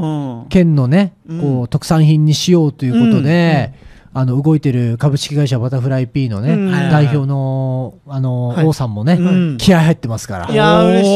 Speaker 2: ん。
Speaker 3: 県のね、
Speaker 2: うん
Speaker 3: こう特産品にしようということで、あの動いてる株式会社バタフライピーのね、
Speaker 1: うん
Speaker 3: 代表のあの、
Speaker 1: はい
Speaker 3: 王さんもね、
Speaker 2: うん
Speaker 3: 気合入ってますから、
Speaker 1: いやー嬉しい、、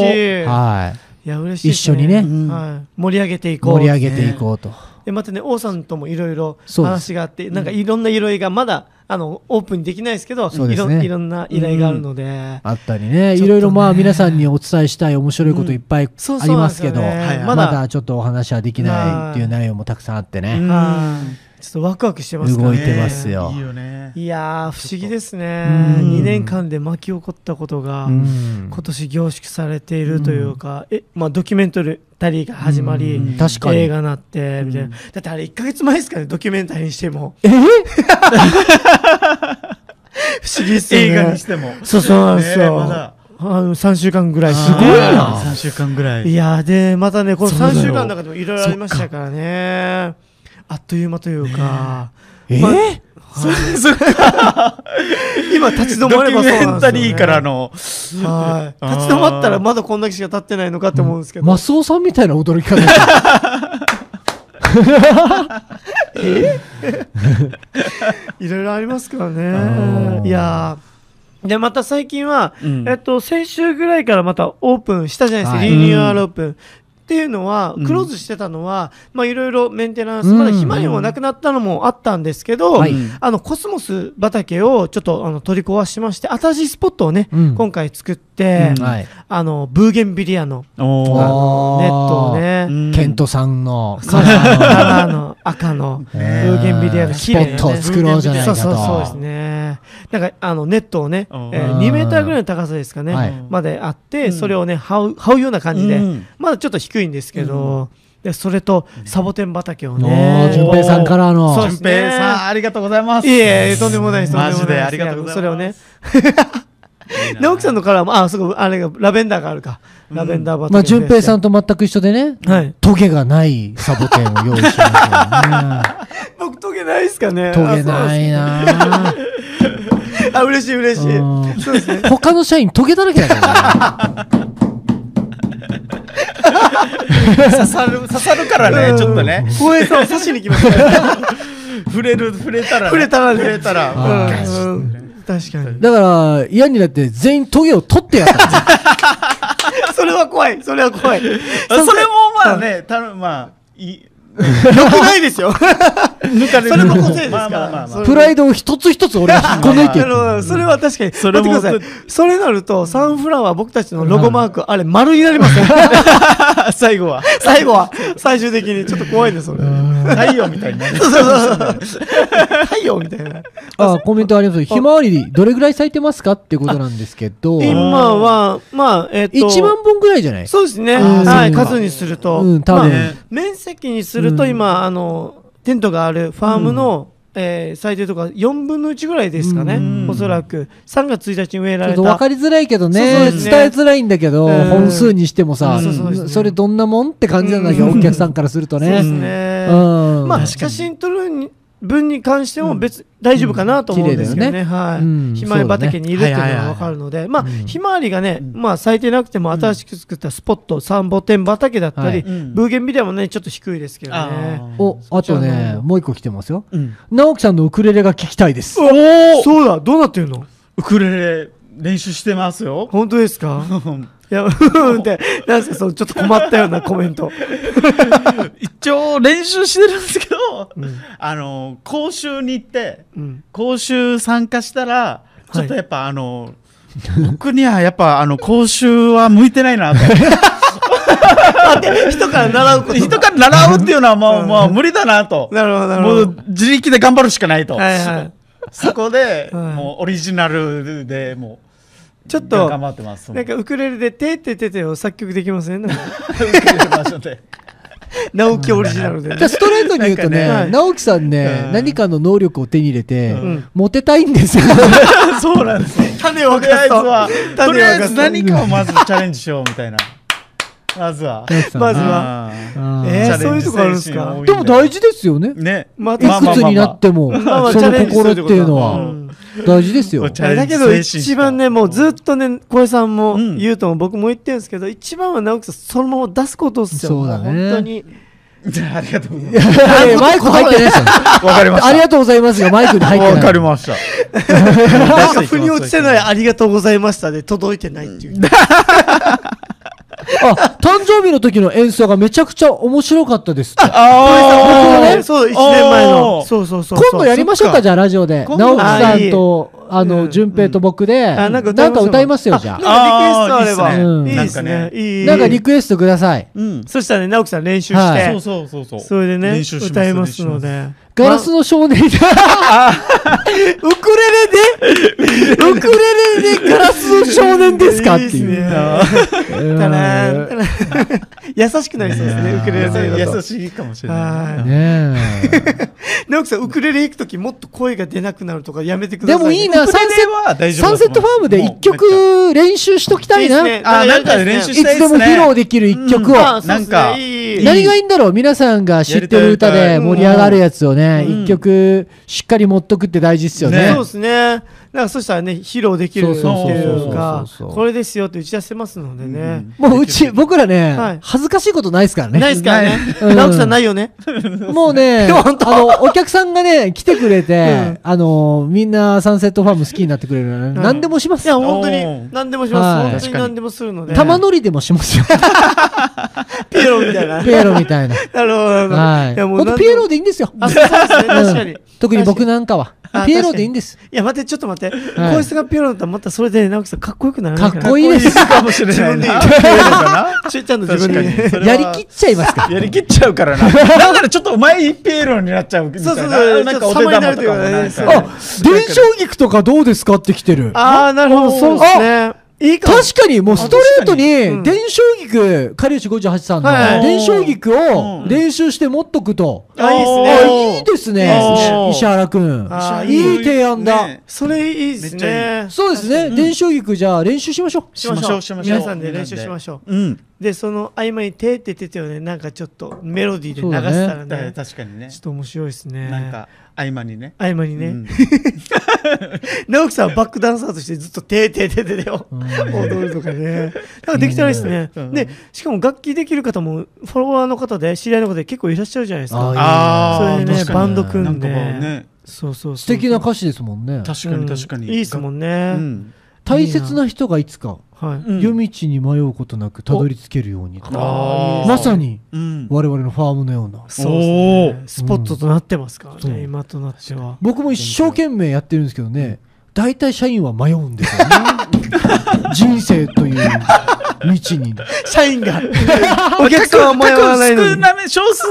Speaker 3: はい
Speaker 1: や嬉しいです、
Speaker 3: 一緒にね
Speaker 2: うん
Speaker 1: はい、盛り上げてい
Speaker 3: い、
Speaker 1: こう
Speaker 3: 盛り上げていこうと。
Speaker 1: でまたね王さんともいろいろ
Speaker 3: そうです
Speaker 1: 話があってなんかいろんな色合いがまだあのオープンにできないですけど
Speaker 3: そうで
Speaker 1: い
Speaker 3: す
Speaker 1: ろ
Speaker 3: ね
Speaker 1: んいろんな依頼があるので、
Speaker 3: あったりね、
Speaker 1: ちょっと
Speaker 3: い
Speaker 1: ね
Speaker 3: ろいろまあ皆さんにお伝えしたい面白いこといっぱい
Speaker 1: そう
Speaker 3: あ
Speaker 1: そ
Speaker 3: り
Speaker 1: うなん
Speaker 3: ま
Speaker 1: ですす
Speaker 3: け
Speaker 1: よね
Speaker 3: ど、
Speaker 2: はいはい
Speaker 3: まだちょっとお話はできないっていう内容もたくさんあってね、
Speaker 2: うん
Speaker 1: ちょっとワクワクしてますから
Speaker 3: 動いてますよ
Speaker 2: ねいいよね。
Speaker 1: いやー不思議ですね
Speaker 3: うん
Speaker 1: 2年間で巻き起こったことが、
Speaker 3: うん
Speaker 1: 今年凝縮されているというか、えまあ、ドキュメンタリーが始まり、
Speaker 3: うん確かに
Speaker 1: 映画になってみたいな、だってあれ1か月前ですからねドキュメンタリーにしても
Speaker 3: え
Speaker 1: 不思議ですよね
Speaker 2: 映画にしても。
Speaker 1: そうそうなんですよ
Speaker 2: ねまだ
Speaker 1: あの3週間ぐらい
Speaker 3: すごいな
Speaker 2: 3週間ぐらい
Speaker 1: いやーでまたねこの
Speaker 3: そうだよ
Speaker 1: 3週間の中でもいろいろありましたからねあっという間というか、
Speaker 3: え
Speaker 1: まあ
Speaker 3: ー
Speaker 2: <laughs> そっか
Speaker 1: 今立ち止
Speaker 2: ドキ
Speaker 1: まればそ
Speaker 2: ュ
Speaker 1: うなんですよ、ね、
Speaker 2: メンタリーからの
Speaker 1: はい
Speaker 2: あー
Speaker 1: 立ち止まったらまだこんだけしか経ってないのかって思うんですけど、
Speaker 3: マスオさんみたいな驚き方
Speaker 1: <laughs> いろいろありますから
Speaker 3: あ
Speaker 1: ね
Speaker 3: ー
Speaker 1: いやーでまた最近は、
Speaker 2: うん
Speaker 1: えっと、先週ぐらいからまたオープンしたじゃないですか、
Speaker 3: はい
Speaker 1: リニューアルオープン。っていうのは
Speaker 2: うん
Speaker 1: クローズしてたのは、まあいろいろメンテナンス、まだ
Speaker 3: うん
Speaker 1: 暇にもなくなったのもあったんですけど、
Speaker 3: はい
Speaker 1: あのコスモス畑をちょっとあの取り壊しまして新しいスポットをね、
Speaker 3: うん
Speaker 1: 今回作って、
Speaker 2: うん
Speaker 3: はい
Speaker 1: あのブーゲンビリアのあ
Speaker 2: おー
Speaker 1: のネットをね、
Speaker 2: うん
Speaker 3: ケントさんの
Speaker 1: そうですカラーの赤のブ
Speaker 3: <laughs> ねえ
Speaker 1: ーゲンビリアが綺麗なね
Speaker 3: スポットを作ろうじゃないかと
Speaker 1: そうそうそうですねなんかあのネットをね、え
Speaker 2: うん
Speaker 1: ー、2メーターぐらいの高さですかね、
Speaker 3: はい
Speaker 1: まであって、
Speaker 2: うん
Speaker 1: それをね這う這うような感じで、
Speaker 2: うん
Speaker 1: まだちょっと低いんですけど、でそれとサボテン畑を
Speaker 3: の
Speaker 1: ね
Speaker 3: 順平さんからの
Speaker 1: そう
Speaker 2: 順平さんありがとうございます
Speaker 1: いえいえとんでもないですとん
Speaker 2: マ
Speaker 1: もない
Speaker 2: ジ
Speaker 1: す
Speaker 2: でありがとうございます
Speaker 1: それをね <laughs>
Speaker 2: いいな
Speaker 1: 直樹さんのカラーもあそこあれがラベンダーがあるか、ラベンダー畑
Speaker 3: まあ順平さ
Speaker 1: ん
Speaker 3: んと全く一緒でね
Speaker 1: はい
Speaker 3: トゲがないサボテンを用意しました
Speaker 1: 僕トゲないですかね
Speaker 3: よねトゲ
Speaker 1: あそう
Speaker 3: な
Speaker 1: で
Speaker 3: いなあ
Speaker 1: すあ嬉しい嬉し
Speaker 3: うん
Speaker 1: いそうですね
Speaker 3: 他の社員トゲだらけだからね
Speaker 2: 刺さる <laughs> 刺さるからねちょっ
Speaker 1: <laughs>
Speaker 2: とね
Speaker 1: <laughs> 光栄さんを刺しに来ましたね
Speaker 2: 触れる触れたらね
Speaker 1: 触れたらね
Speaker 2: 触れたら
Speaker 3: あー
Speaker 1: うんうん確かに
Speaker 3: だから嫌になって全員トゲを取ってやったんで
Speaker 1: <laughs>
Speaker 3: すよ
Speaker 1: それは怖いそれは怖い
Speaker 2: それも
Speaker 1: <laughs>
Speaker 2: まあねたぶまあいい
Speaker 1: 良くないですよ
Speaker 2: 抜かれる
Speaker 1: それも個性ですから
Speaker 2: まあまあまあまあ
Speaker 1: それ
Speaker 3: プライドを一つ一つ俺は引っこ抜いて
Speaker 1: あ
Speaker 3: やった
Speaker 1: のそれは確かに待って
Speaker 2: それ
Speaker 1: く
Speaker 2: も
Speaker 1: ださいそれなるとサンフラワー僕たちのロゴマークあれ丸になりますよ
Speaker 2: 最後は
Speaker 1: 最後は最終的にちょっと怖いんですそれ
Speaker 2: 太陽みたいになる
Speaker 1: そうそうそうそう太陽みたいな
Speaker 3: あコメントありますひまわりどれぐらい咲いてますかってことなんですけど1
Speaker 1: 今はまあえっと
Speaker 3: 万本ぐらいじゃない
Speaker 1: そうですね。
Speaker 3: あー
Speaker 1: はい、
Speaker 3: そうか
Speaker 1: 数にすると、
Speaker 3: うん多分
Speaker 1: まあ面積にすると
Speaker 3: うん
Speaker 1: 今、あのテントがあるファームの、えー最低とか4分の1ぐらいですかね、
Speaker 3: うん
Speaker 1: おそらく3月1日に植え
Speaker 3: ち
Speaker 1: ら
Speaker 3: ょ
Speaker 1: れ
Speaker 3: っと分
Speaker 1: た
Speaker 3: かりづらいけど
Speaker 1: そう
Speaker 3: ね
Speaker 1: そうですね
Speaker 3: 伝えづらいんだけど、
Speaker 1: うん
Speaker 3: 本数にしてもさ、
Speaker 1: うん
Speaker 2: そうそう
Speaker 1: ですね
Speaker 3: それどんなもんって感じなんだけど、
Speaker 1: うん
Speaker 3: お客さんからすると
Speaker 1: そうです
Speaker 3: ね。
Speaker 1: ね、
Speaker 3: うん
Speaker 1: まあ、
Speaker 2: 確か
Speaker 1: 写
Speaker 2: に
Speaker 1: 真撮るに分に関しても別、大丈夫かなと思うんですけどね,、
Speaker 3: うん綺麗
Speaker 1: はい
Speaker 3: うん
Speaker 1: ひまわり畑にいるっていうのが分かるので、まあ、
Speaker 3: うん
Speaker 1: ひまわりがね、
Speaker 2: うん
Speaker 1: まあ、咲いてなくても新しく作ったスポット、三ボテン畑だったり、
Speaker 3: はい
Speaker 2: うん
Speaker 1: ブーゲンビデオもねちょっと低いですけどね。
Speaker 3: おあとね
Speaker 1: そっちは
Speaker 3: もう一個来てますよ
Speaker 2: うん
Speaker 3: 直樹さんのウクレレが聞きたいです
Speaker 2: お
Speaker 1: そうだ、どうなってるの
Speaker 2: ウクレレ練習してま
Speaker 1: <laughs>
Speaker 2: すよ
Speaker 1: 本当ですかいや、うーんって、なんですか、そのちょっと困ったようなコメント。
Speaker 2: 一応練習してるんですけど、
Speaker 1: ん
Speaker 2: あの講習に行って
Speaker 1: うん。
Speaker 2: 講習参加したら
Speaker 1: い
Speaker 2: ちょっとやっぱあの、僕にはやっぱあの講習は向いてないなと
Speaker 1: 人から習うこと。
Speaker 2: 人から習うっていうのはもう,、もう無理だなと
Speaker 1: なるほど、なる
Speaker 2: も
Speaker 1: ほ
Speaker 2: う自力で頑張るしかないと、
Speaker 1: ど。はいはい。
Speaker 2: そこで、
Speaker 1: はい
Speaker 2: もうオリジナルでも
Speaker 1: ちょっ
Speaker 2: う
Speaker 1: と、
Speaker 2: 頑張
Speaker 1: な
Speaker 2: ってます
Speaker 1: んかウクレレで、てーてーてーてーを作曲できませんなんか
Speaker 2: 受け入れましょうね
Speaker 1: 直樹オリジナルで。
Speaker 3: じゃあストレートに言うとね
Speaker 1: なんかね
Speaker 3: 直樹さんね、
Speaker 2: うん
Speaker 3: 何かの能力を手に入れて、
Speaker 2: うん
Speaker 3: モテたいんですよ
Speaker 2: <laughs> そうなんですよ
Speaker 1: 種を
Speaker 2: と
Speaker 1: 分
Speaker 2: り
Speaker 1: か
Speaker 2: あえ
Speaker 1: す
Speaker 2: ず
Speaker 1: と
Speaker 2: は、とりあえず
Speaker 1: 種を
Speaker 2: 何かをまずチャレンジしようみたいな。まずは。
Speaker 3: 直樹さ
Speaker 1: <laughs>
Speaker 3: ん
Speaker 1: まずは
Speaker 2: あー
Speaker 3: あ
Speaker 1: えー
Speaker 2: チャレン
Speaker 3: ー
Speaker 2: ジ
Speaker 1: そういうとこあるんすか
Speaker 2: 精神多い
Speaker 3: でも大事ですよね
Speaker 2: ね。
Speaker 1: まあ
Speaker 3: いくつになっても、
Speaker 1: まあまあ
Speaker 3: そ
Speaker 1: チャ
Speaker 3: の
Speaker 1: レンジする
Speaker 3: 心
Speaker 1: っ
Speaker 3: ってて
Speaker 1: ことだ
Speaker 3: いうのは、
Speaker 1: うん
Speaker 3: 大事ですよ
Speaker 2: チャレンジ
Speaker 1: だけど
Speaker 2: 精神しか
Speaker 1: 一番ね、もうずっとね、小江さんも、
Speaker 2: うん
Speaker 1: ゆうとも僕も言ってるんですけど、一番は直樹さん、そのまま出すことっすよ。
Speaker 3: そうだね
Speaker 1: も本当に。
Speaker 2: じゃあ、ありがとうご <laughs> ざいま
Speaker 3: いやいやマイク入ってない
Speaker 1: <laughs>
Speaker 3: ですよ
Speaker 2: す。わかりました。
Speaker 3: ありがとうございますがマイクに入ってない
Speaker 2: わかりました。 <laughs>
Speaker 1: なんか腑に落ちてない、ありがとうございましたで、届いてないっ
Speaker 3: <laughs>
Speaker 1: ていう。
Speaker 3: あ、誕生日の時の演奏がめちゃくちゃ面白かったですって。
Speaker 2: あ
Speaker 1: 僕
Speaker 2: あ
Speaker 1: もね、 <laughs> そう、1年前の。
Speaker 2: そう。
Speaker 1: そうそうそうそう。
Speaker 3: 今度やりまし
Speaker 2: そ
Speaker 3: ょう
Speaker 2: っ
Speaker 3: か、
Speaker 2: か
Speaker 3: じゃあラジオで。
Speaker 1: 今
Speaker 3: 直
Speaker 1: 度
Speaker 3: 樹さ
Speaker 1: あいい
Speaker 3: んと、あ
Speaker 1: う
Speaker 3: の、
Speaker 1: ん
Speaker 3: 順平と僕で、
Speaker 1: あな
Speaker 3: な
Speaker 1: んか
Speaker 3: んか
Speaker 1: 歌いましょう
Speaker 3: 歌いますよ、じゃ
Speaker 1: なん
Speaker 3: あ。
Speaker 1: かリクエストあれ
Speaker 3: あ
Speaker 1: ば。
Speaker 3: ー
Speaker 1: い
Speaker 3: い
Speaker 1: い
Speaker 3: い
Speaker 1: で
Speaker 2: っ
Speaker 1: す
Speaker 2: す
Speaker 1: ね
Speaker 2: ね。
Speaker 1: いい。
Speaker 3: なんかリクエストください。
Speaker 2: うん。
Speaker 1: そしたらね、直樹さん練習して、
Speaker 3: はい
Speaker 2: そうそうそうそう。
Speaker 1: それでね、
Speaker 2: 練習します
Speaker 1: 歌いますの。で。
Speaker 3: ガラスの少年だ。ウクレレで、ウクレレでガラスの少年ですかって
Speaker 1: いい
Speaker 3: <laughs> いう。
Speaker 1: ですね。
Speaker 3: うん
Speaker 1: たらーんたらーん優しくなりそうですね、ウクレレだ
Speaker 2: 優しい優
Speaker 1: と。
Speaker 2: しいかもしれ
Speaker 1: は
Speaker 2: ないい。
Speaker 3: ねえ。
Speaker 1: 直樹さん、ウクレレ弾くときもっと声が出なくなるとかやめてくだ
Speaker 3: で
Speaker 1: さい。
Speaker 3: もいいな、サンセ
Speaker 2: ウクレレは大丈夫だと
Speaker 3: サ
Speaker 2: 思
Speaker 3: ン
Speaker 2: う
Speaker 3: セットファームで一曲練習しときたいな。
Speaker 1: いいで
Speaker 3: い
Speaker 1: すね
Speaker 2: あ、なんか練習
Speaker 1: い
Speaker 2: し
Speaker 3: つ
Speaker 2: たい
Speaker 3: で
Speaker 2: で
Speaker 3: も
Speaker 2: すね。
Speaker 3: 披露できる一曲を。
Speaker 1: まあ、
Speaker 2: なんか
Speaker 1: い
Speaker 3: 何がいいんだろう皆さんが知ってる歌で盛り上がるやつをね、
Speaker 1: うん
Speaker 3: 一曲しっかり持っとくって大事ですよね。
Speaker 1: そうですね。なんかそしたらね、披露できるって
Speaker 2: そうそうそうそう
Speaker 1: いうか
Speaker 3: そうそう、そう
Speaker 1: これですよって打ち出せますのでね。
Speaker 3: もううち、僕らね、
Speaker 1: はい
Speaker 3: 恥ずかしいことないですからね。
Speaker 1: ないですからね
Speaker 3: う。ん
Speaker 1: 直樹さんないよね。
Speaker 3: も
Speaker 1: <laughs>
Speaker 3: うね、あ
Speaker 1: 本当
Speaker 3: の、お客さんがね、来てくれて、あの、みんなサンセットファーム好きになってくれるなら、
Speaker 1: ん
Speaker 3: 何でもします
Speaker 1: いや、本当
Speaker 2: お
Speaker 1: に
Speaker 2: ー
Speaker 1: 何でもしま
Speaker 3: は
Speaker 1: す。
Speaker 3: い
Speaker 1: 本当に何でもするので。
Speaker 3: 玉乗りでも
Speaker 1: <laughs>
Speaker 3: しますよ。
Speaker 1: ピエロ <laughs> みたいな。
Speaker 3: ピエロみたいな。
Speaker 1: なるほどなるほど。
Speaker 3: はい。
Speaker 1: いやもう
Speaker 3: ほんと
Speaker 1: 何
Speaker 3: ピエロでいいんですよ。
Speaker 1: あ、そうですね。確かに
Speaker 3: うん。特に僕
Speaker 1: 確か
Speaker 3: なんかは
Speaker 1: あ。
Speaker 3: ピエロでいいんです。
Speaker 1: いや、待って、ちょっと待って。こいつがピエロだったら、またそれで直樹さんかっこよくなる
Speaker 3: かっこいいです。
Speaker 2: かもしれないな。
Speaker 1: 自 <laughs>
Speaker 2: 自分
Speaker 1: ちょいちゃんの自分
Speaker 2: で
Speaker 1: で
Speaker 2: 言うのかな。確かにそれは
Speaker 3: やりきっちゃいますから。
Speaker 2: やりきっちゃうからな。だからちょっとお前一ピエロになっちゃうみたいな。
Speaker 1: そうそうそう
Speaker 2: なんかお手玉とかもな
Speaker 1: ちょっと様になる
Speaker 2: ん
Speaker 1: というかね
Speaker 2: か
Speaker 1: あ
Speaker 3: 伝承菊とかどうですかって来てる。
Speaker 1: ああ、なるほど、そうですね。いいかも。
Speaker 3: 確かに、もうストレート
Speaker 1: 確かにう
Speaker 3: に、
Speaker 1: ん
Speaker 3: 伝承菊、かりゆし58さんの
Speaker 1: はい
Speaker 3: 伝承菊
Speaker 2: う
Speaker 3: を
Speaker 2: ん
Speaker 3: 練習して持っとくと。
Speaker 1: あいいです
Speaker 2: お
Speaker 1: ね
Speaker 2: ー
Speaker 3: あいいですね
Speaker 1: いいです
Speaker 2: ね、
Speaker 3: 石石原くん。
Speaker 1: あー
Speaker 3: いい提案だ。
Speaker 2: ね
Speaker 1: それいいです
Speaker 2: めっちゃ
Speaker 1: ね。
Speaker 3: そうですね、伝承菊じゃあ練習しましょう。
Speaker 1: しましょう。
Speaker 2: しましょう
Speaker 1: 皆さんで練習しましょう。
Speaker 2: うん。
Speaker 1: で、その合間に手って出てよね、なんかちょっとメロディーで流
Speaker 3: そうだね
Speaker 1: したら
Speaker 2: だから
Speaker 1: ね、ちょ
Speaker 2: 確かにね。
Speaker 1: っと面白いですね。
Speaker 2: なんか、合間にね。
Speaker 1: 合間に
Speaker 2: うん
Speaker 1: ね。直樹さんはバックダンサーとしてずっと手手手手手を踊るとかね。なんかできてないですね
Speaker 2: う。ん
Speaker 1: で、しかも楽器できる方もフォロワーの方で、知り合いの方で結構いらっしゃるじゃないです
Speaker 3: あーいい
Speaker 1: か。
Speaker 2: あ
Speaker 1: そ
Speaker 2: あ、
Speaker 1: れでね、
Speaker 2: 確かに
Speaker 1: バンド組んで
Speaker 2: なんかこうね。
Speaker 1: そうそうそう。
Speaker 3: 素敵な歌詞ですもんね。
Speaker 2: 確か
Speaker 1: うん
Speaker 2: に確かに。
Speaker 1: いいですもんね。
Speaker 2: うん。
Speaker 3: 大切な人がいつか
Speaker 1: はい。
Speaker 2: うん
Speaker 3: 夜道に迷うことなくたどり着けるようにと
Speaker 1: お
Speaker 2: あー
Speaker 3: まさに
Speaker 2: うん。
Speaker 3: 我々のファームのような。
Speaker 1: そうです
Speaker 2: お
Speaker 1: ね
Speaker 2: ー
Speaker 1: スポットとなってますからね、
Speaker 3: うん
Speaker 1: 今となっては。
Speaker 3: 僕も一生懸命やってるんですけどね、大体社員は迷うんです
Speaker 1: <laughs>
Speaker 3: よね。人生という道に。
Speaker 1: 社員
Speaker 2: <laughs>
Speaker 1: が、お客さんは迷わないの
Speaker 2: 少
Speaker 1: に。
Speaker 2: なめ、少数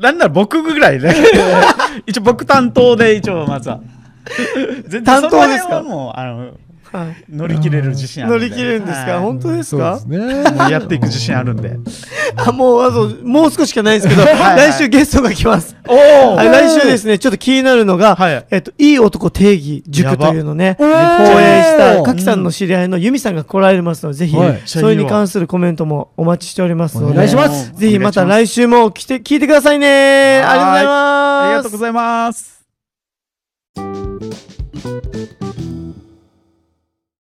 Speaker 2: なんなら僕ぐらいね。 <laughs> 一応僕担当で、一応ま
Speaker 1: <laughs>
Speaker 2: ずは。全然
Speaker 1: 担当ですか
Speaker 2: そこら辺はもう、あの、
Speaker 1: はい
Speaker 2: 乗り切れる自信ある
Speaker 1: 乗
Speaker 2: んで。
Speaker 1: り切れるんですか
Speaker 2: はい
Speaker 1: 本当ですか
Speaker 3: そうです
Speaker 2: もう
Speaker 3: ね。
Speaker 2: やっていく自信あるんで。
Speaker 1: あ、もう、あと、もう少ししかないんですけど、
Speaker 2: はい
Speaker 1: 来週ゲストが来ます。
Speaker 2: おお
Speaker 1: はい来週ですね、ちょっと気になるのが
Speaker 2: はい、
Speaker 1: えっと、いい男定義塾というのね、
Speaker 3: や
Speaker 1: 放
Speaker 3: ば
Speaker 1: 映した、
Speaker 3: おー
Speaker 1: かきさんの知り合いのユミさんが来られますので、ぜひ
Speaker 3: はい、
Speaker 1: それに関するコメントもお待ちしておりますの
Speaker 3: お
Speaker 1: で、
Speaker 3: 願いします
Speaker 1: ぜひまた
Speaker 2: お願いし
Speaker 1: 来週も来て、聞いてくださいね。ありがとうございます。
Speaker 2: ありがとうございます。